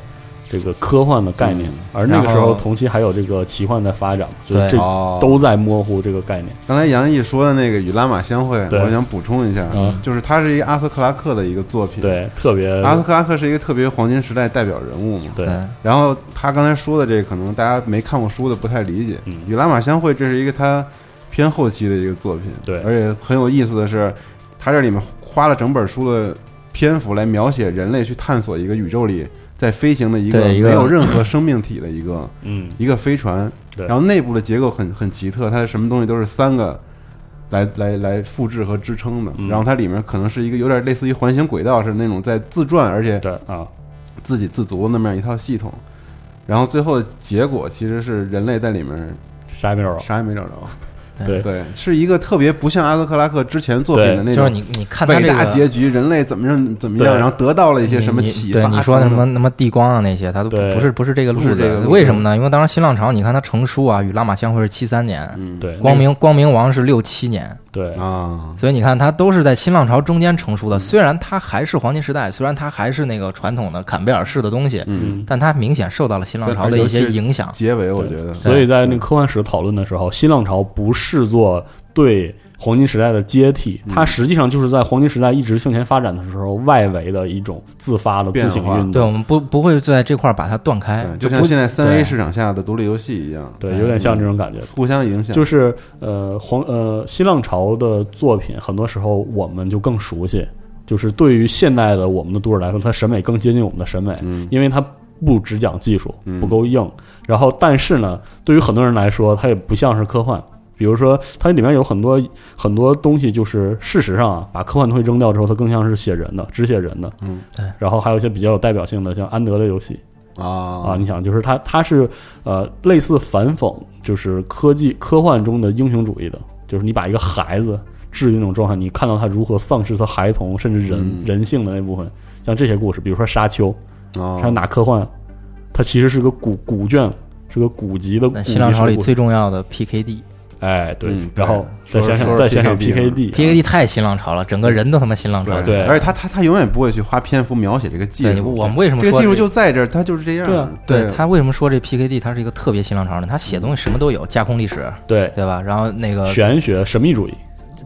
这个科幻的概念
嗯，
而那个时
然
候
后
同期还有这个奇幻在发展，就是
对
这
哦
都在模糊这个概念。
刚才杨毅说的那个与拉玛相会，
对
我想补充一下
嗯，
就是他是一个阿瑟克拉克的一个作品，，
对，特别
阿瑟克拉克是一个特别黄金时代代表人物嘛，
对
可能，
然后他刚才说的这个，可能大家没看过书的不太理解，
嗯
与拉玛相会》这是一个他偏后期的一个作品，
对
而且很有意思的是，他这里面花了整本书的篇幅来描写人类去探索一个宇宙里在飞行的一个
对一个
没有任何生命体的一个
嗯
一个飞船，
对
然后内部的结构很很奇特，它的什么东西都是三个来来来复制和支撑的，
嗯
然后它里面可能是一个有点类似于环形轨道是那种在自转，而且
对啊，
自给自足的那么样一套系统，然后最后的结果其实是人类在里面
啥也没有。
啥也没找着，
对
对，是一个特别不像阿瑟克拉克之前作品的那
对，就是
种
你你看它
伟
这
大结
个，
局，人类怎么样怎么
对
样，然后得到了一些
你
什么
你
启
对
发，
你说的什么什么地光啊那些，它都不
对
不是不是这个路
不是这个
子
路。子
为什么呢？因为当时新浪潮，你看它成书啊，与拉玛相会是七三年，
嗯
对，
光明光明王是六七年，
对
啊，
所以你看它都是在新浪潮中间成
嗯
书的。虽然它还是黄金时代，虽然它还是那个传统的坎贝尔式的东西，
嗯，
但它明显受到了新浪潮的一些影响。
结尾我觉得
所以在那个科幻史讨论的时候，新浪潮不视作对黄金时代的接替，它实际上就是在黄金时代一直向前发展的时候，外围的一种自发的自行运
对，
动。
我们不不会在这块儿把它断开
对，，
就
就
不
像现在三 A
对
市场下的独立游戏一样，
对，有点像这种感觉。
互相影响，
就是是呃，黄呃，新浪潮的作品，很多时候我们就更熟悉。就是对于现代的我们的读者来说，它审美更接近我们的审美，
嗯
因为它不只讲技术
嗯，
不够硬。然后，但是呢，对于很多人来说，它也不像是科幻。比如说，它里面有很多很多东西，就是事实上啊，把科幻东西扔掉之后，它更像是写人的，只写人的。
嗯
对
然后还有一些比较有代表性的，像安德的游戏，啊，
啊
你想，就是它，它是呃类似反讽，就是科技科幻中的英雄主义的，就是你把一个孩子置于那种状态，你看到他如何丧失他孩童甚至人、
嗯
人性的那部分，像这些故事，比如说《沙丘》，它
啊，
哪科幻，它其实是个古古卷，是个古籍的古
那
籍
新浪潮
式
里
故事
最重要的 PKD，PKD
哎对，
嗯
然后
对
再
说
想想
说
再想想
PKD
PKD，
太新浪潮了，整个人都他妈新浪潮。
对
而且他他他永远不会去花篇幅描写这个技
对，
术，
我们为什么
这个
说
技术就在这儿，它就是这样
对啊，
对他为什么说这 PKD 它是一个特别新浪潮呢？他写东西什么都有，架空历史，
对
对吧？然后那个
玄学、神秘主义，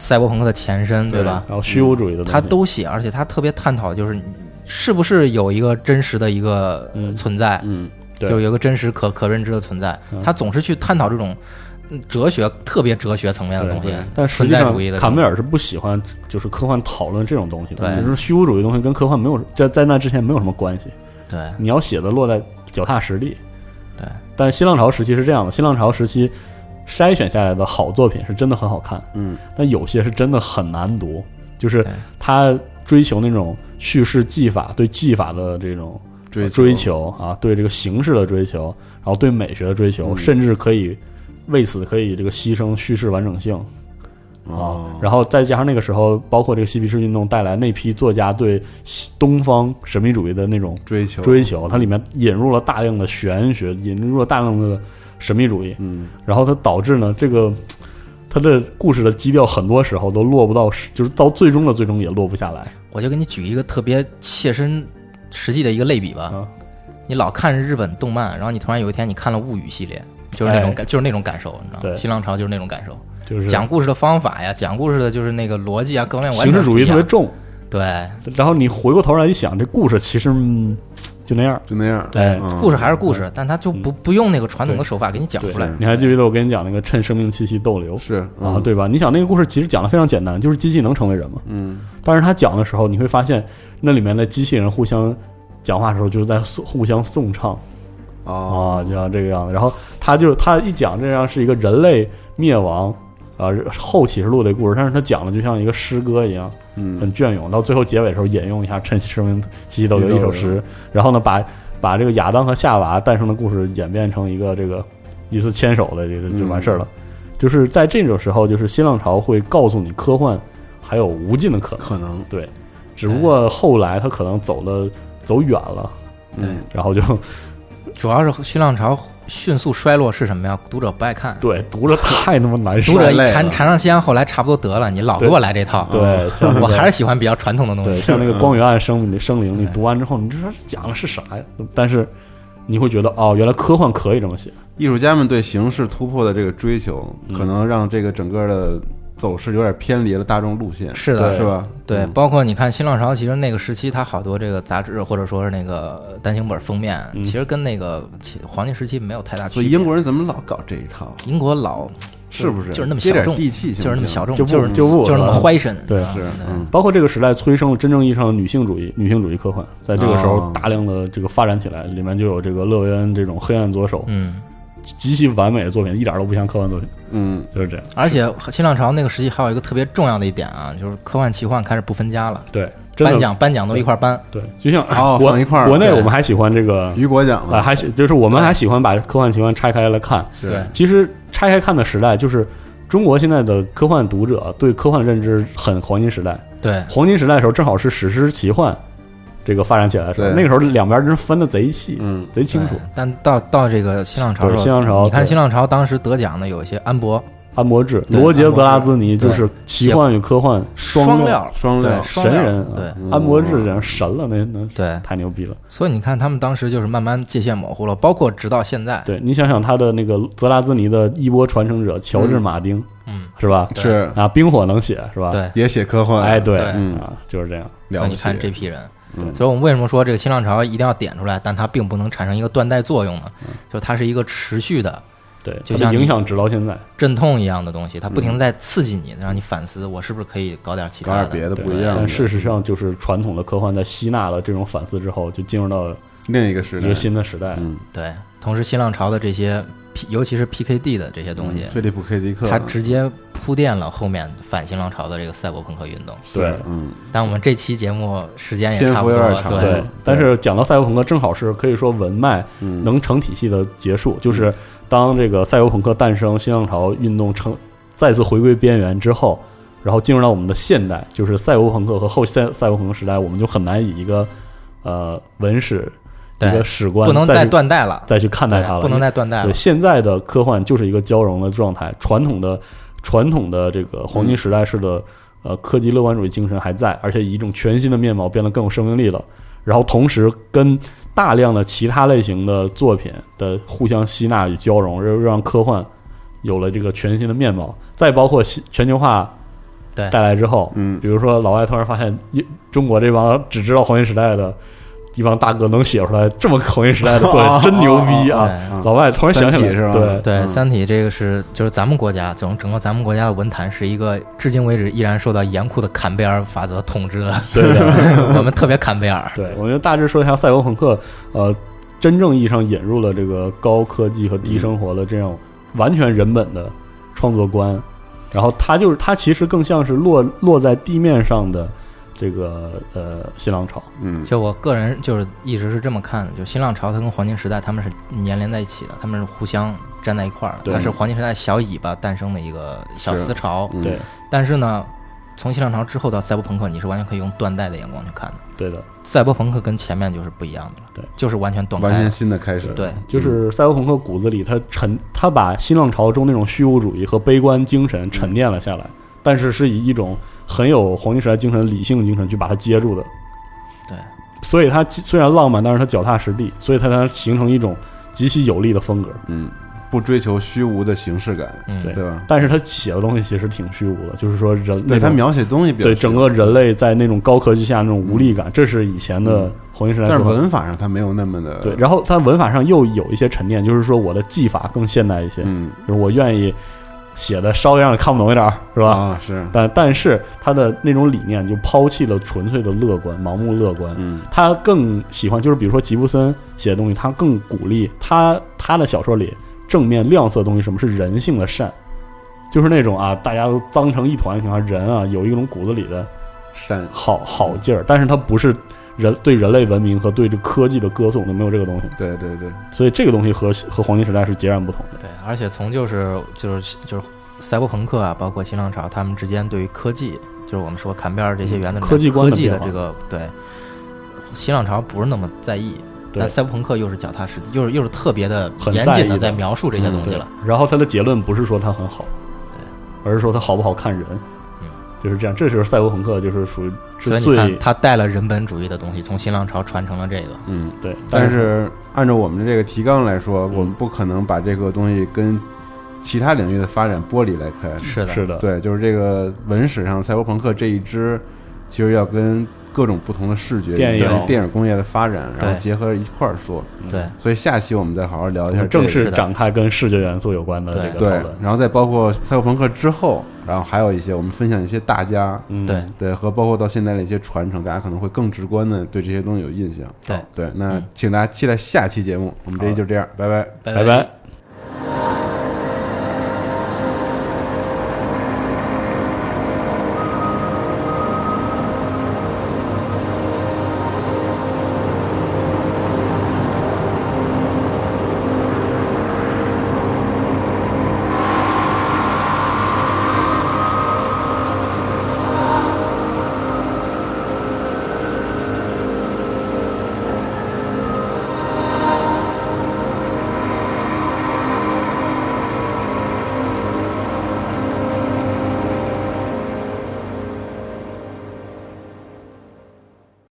赛博朋克的前身，对吧？
然后虚无主义的东西，
他都写，而且他特别探讨就是你是不是有一个真实的一个
嗯
存在，
嗯，
对
就有一个真实可可认知的存在
嗯。
他总是去探讨这种嗯哲学特别哲学层面的
对
东西
对，但实
存
际
在
上
主义，的
坎贝
东西
尔是不喜欢就是科幻讨论这种东西的，
对
就是虚无主义的东西跟科幻没有在在那之前没有什么关系。
对
你要写的落在脚踏实地。
对，
但新浪潮时期是这样的，新浪潮时期筛选下来的好作品是真的很好看，
嗯，
但有些是真的很难读，就是
对
他追求那种叙事技法对技法的这种
追
追求啊，对这个形式的追求，然后对美学的追求，
嗯
甚至可以为此可以这个牺牲叙事完整性。啊
哦，，
然后再加上那个时候，包括这个嬉皮士运动带来那批作家对西东方神秘主义的那种
追求
追求，它里面引入了大量的玄学，引入了大量的神秘主义，
嗯
然后它导致呢，这个它的故事的基调很多时候都落不到，就是到最终的最终也落不下来
我就给你举一个特别切身实际的一个类比吧。
啊，
你老看日本动漫，然后你突然有一天你看了《物语》系列，就是那种感，就是那种感受，你知道吗？
哎对
新浪潮就是那种感受，
就是
讲故事的方法呀，讲故事的就是那个逻辑啊，各方面完全
形式主义
不一
特别
样
重，
对
然后你回过头来一想，这故事其实嗯就那样。
就那样。
对
嗯，
故事还是故事，但他就不不用那个传统的手法给你讲
对
出来
是。
你还记不记得我跟你讲那个趁生命气息逗留
是
啊，，对吧？你想那个故事其实讲的非常简单，就是机器能成为人吗？
嗯
但是他讲的时候，你会发现那里面的机器人互相讲话的时候，就是在互互相颂唱
嗯哦，
啊，就像这个样子。然后他就他一讲这样是一个人类灭亡啊后启示录的故事，但是他讲的就像一个诗歌一样，
嗯
很隽永。到最后结尾的时候，引用一下趁生命气息逗留一首
气息逗
诗，然后呢，把把这个亚当和夏娃诞生的故事演变成一个这个一次牵手的这个就完事儿了。嗯就是在这种时候，就是新浪潮会告诉你科幻还有无尽的可能。
可能
对，只不过后来他可能走了走远了，
嗯
然后就，
主要是新浪潮迅速衰落是什么呀？读者不爱看
对读着太他妈难受
读者
了。
一
累
缠
了
缠上西安，后来差不多得了，你老给我来这套，
对，像那
我
个
还是喜欢比较传统的东
对
西。
像那个《光与暗生命生灵》，你
对
读完之后，你这说讲的是啥呀？但是你会觉得哦，原来科幻可以这么写。
艺术家们对形式突破的这个追求，可能让这个整个的走势有点偏离了大众路线，
是的
是吧？
对，
嗯
包括你看新浪潮，其实那个时期它好多这个杂志或者说是那个单行本封面，
嗯
其实跟那个其黄金时期没有太大区
所
别。
以英国人怎么老搞这一套？
英国老
是不是？
就是那么
接
小
点
众
地气行不行，
就是那么小众，
就不
就是
就不
就是那么啊
是吧
怀身。
对
是嗯，
包括这个时代催生了真正意义上的女性主义，女性主义科幻在这个时候
哦
大量的这个发展起来，里面就有这个勒维恩这种黑暗左手
嗯，
极其完美的作品，一点都不像科幻作品，
嗯，
就是这样。
而且新浪潮那个时期还有一个特别重要的一点啊，就是科幻奇幻开始不分家了，
对，真
颁
的
奖颁奖都一块儿颁。
对，就像
哦
国
放一块儿
国内
对
我们还喜欢这个
雨果奖
啊，
了，
还喜就是我们还喜欢把科幻奇幻拆开来看。
是
对，
其实拆开看的时代，就是中国现在的科幻读者对科幻认知很黄金时代。
对，
黄金时代的时候，正好是史诗奇幻这个发展起来的时候，
对
那个时候两边真分的贼细，
嗯
贼清楚
对。但到到这个新浪潮的时
对
候，
新浪潮
你看
对
新浪潮当时得奖的有一些安博
安博智、
对
罗杰·
安博
泽
智
拉兹尼就是奇幻与科幻
双
料，
料，
双
对
料
双
神
料
人啊。
对
安博智这样神了，那那
对，
太牛逼了。
所以你看他们当时就是慢慢界限模糊了，包括直到现在，
对你想想他的那个泽拉兹尼的衣钵传承者乔治·马丁
嗯，
是吧？
是
啊，冰火能写是吧？，
对，
也写科幻，
哎，对
对
嗯
啊，就是这样。
所
了
以
不
你看
起，
这批人
嗯。
所以我们为什么说这个新浪潮一定要点出来，但它并不能产生一个断代作用呢？
嗯
就是它是一个持续的
对，
就
它的
像你
影响直到现在。
阵痛一样的东西，它不停地在刺激你，让你反思，我是不是可以搞点其
嗯搞
他
点别的
对
不一样的
但，
嗯
事实上，就是传统的科幻在吸纳了这种反思之后，就进入到
另一个时
一
代
个，新的时代。
嗯，
对，同时新浪潮的这些 P，尤其是 PKD 的这些东西
嗯，菲利普 ·K 迪克，
它直接铺垫了后面反新浪潮的这个赛博朋克运动。
是
对
嗯，
但我们这期节目时间也
篇
差
幅
不
有
多
点
了，
长
对
对，但是讲到赛博朋克，正好是可以说文脉
嗯
能成体系的结束，就是当这个赛博朋克诞生、新浪潮运动成再次回归边缘之后，然后进入到我们的现代，就是赛博朋克和后赛赛博朋克时代，我们就很难以一个呃文史一个
对，
史观
不能再
再去
断代了，
再去看待它了，
对不能再断代了
对，。现在的科幻就是一个交融的状态，传统的传统的这个黄金时代式的呃科技乐观主义精神还在，而且以一种全新的面貌变得更有生命力了。然后同时跟大量的其他类型的作品的互相吸纳与交融，又让科幻有了这个全新的面貌。再包括西全球化
对
带来之后，
嗯
比如说老外突然发现，一中国这帮只知道黄金时代的一帮大哥能写出来这么黄金时代的 作
哦
品，真牛逼啊！
对
嗯
老外突然想起
三
来
体是吧
对
对，
嗯
《三体》这个是就是咱们国家整整个咱们国家的文坛是一个至今为止依然受到严酷的坎贝尔法则统治的，
对 对
我们特别坎贝尔。
对，我觉得大致说一下赛博朋克，呃，真正意义上引入了这个高科技和低生活的这样完全人本的创作观，然后它就是它其实更像是落落在地面上的这个呃新浪潮，
嗯，
就我个人就是一直是这么看的，就新浪潮它跟黄金时代他们是粘连在一起的，他们是互相粘在一块儿的，
对
它是黄金时代小尾巴诞生的一个小
是
思潮。
嗯
对，
但是呢，从新浪潮之后到赛博朋克，你是完全可以用断代的眼光去看的。
对的，
赛博朋克跟前面就是不一样的了，
对，
就是完全断
完
开
全
了。
新的开始，
对，
嗯
就是赛博朋克骨子里它沉，它把新浪潮中那种虚无主义和悲观精神沉淀了下来，
嗯
但是是以一种很有黄金时代精神、理性精神去把它接住的。
对，
所以它既虽然浪漫，但是它脚踏实地，所以它才能形成一种极其有力的风格。
嗯，不追求虚无的形式感，
嗯，
对
对吧？
但是它写的东西其实挺虚无的，就是说人
对
那
他
种
描写东西比较
对整个人类在那种高科技下那种无力感，这是以前的红衣时代
嗯但
说
是
法。
文法上他没有那么的
对，然后它文法上又有一些沉淀，就是说我的技法更现代一些，
嗯，
就是我愿意写的稍微让你看不懂一点儿，是吧？
啊是，
但但是他的那种理念就抛弃了纯粹的乐观、盲目乐观，
嗯
他更喜欢就是比如说吉布森写的东西，他更鼓励他他的小说里正面亮色的东西，什么是人性的善，就是那种啊，大家都脏成一团的情况下，人啊有一种骨子里的
善，
好好劲儿，但是他不是人对人类文明和对这科技的歌颂，就没有这个东西，
对对对，
所以这个东西和和黄金时代是截然不同的。
对，而且从就是就是就是赛博朋克啊，包括新浪潮，他们之间对于科技，就是我们说砍边儿这些原则里面，
嗯科技观
科
的
技
变
的
化
这个对，新浪潮不是那么在意，
对
但赛博朋克又是脚踏实地，又是又是特别的
很
严
在
谨
意
的
的
在描述这些
嗯
东西
对
了。
然后他的结论不是说它很好，
对，
而是说它好不好看人，
嗯，
就是这样。这时候赛博朋克就是属于
所
嗯是
以你
最
看，他带了人本主义的东西，从新浪潮传承了这个。
嗯。
对，
但
是
是按照我们的这个提纲来说，
嗯
我们不可能把这个东西跟其他领域的发展剥离来看。
是的，
是的，
对，就是这个文史上赛博朋克这一支，其实要跟各种不同的视觉
电
以及
影
电影工业的发展，然后
对
结合一块儿说。
对，
嗯
所以下期我们再好好聊一下这
正
个
式
是的
展开跟视觉元素有关的这个
对
讨论，。
然后再包括赛博朋克之后，然后还有一些我们分享一些大家。
嗯，
对，
对，和包括到现在的一些传承，大家可能会更直观的对这些东西有印象。
对
对，那
嗯
请大家期待下期节目。我们这期就这样，拜拜。
拜
拜拜。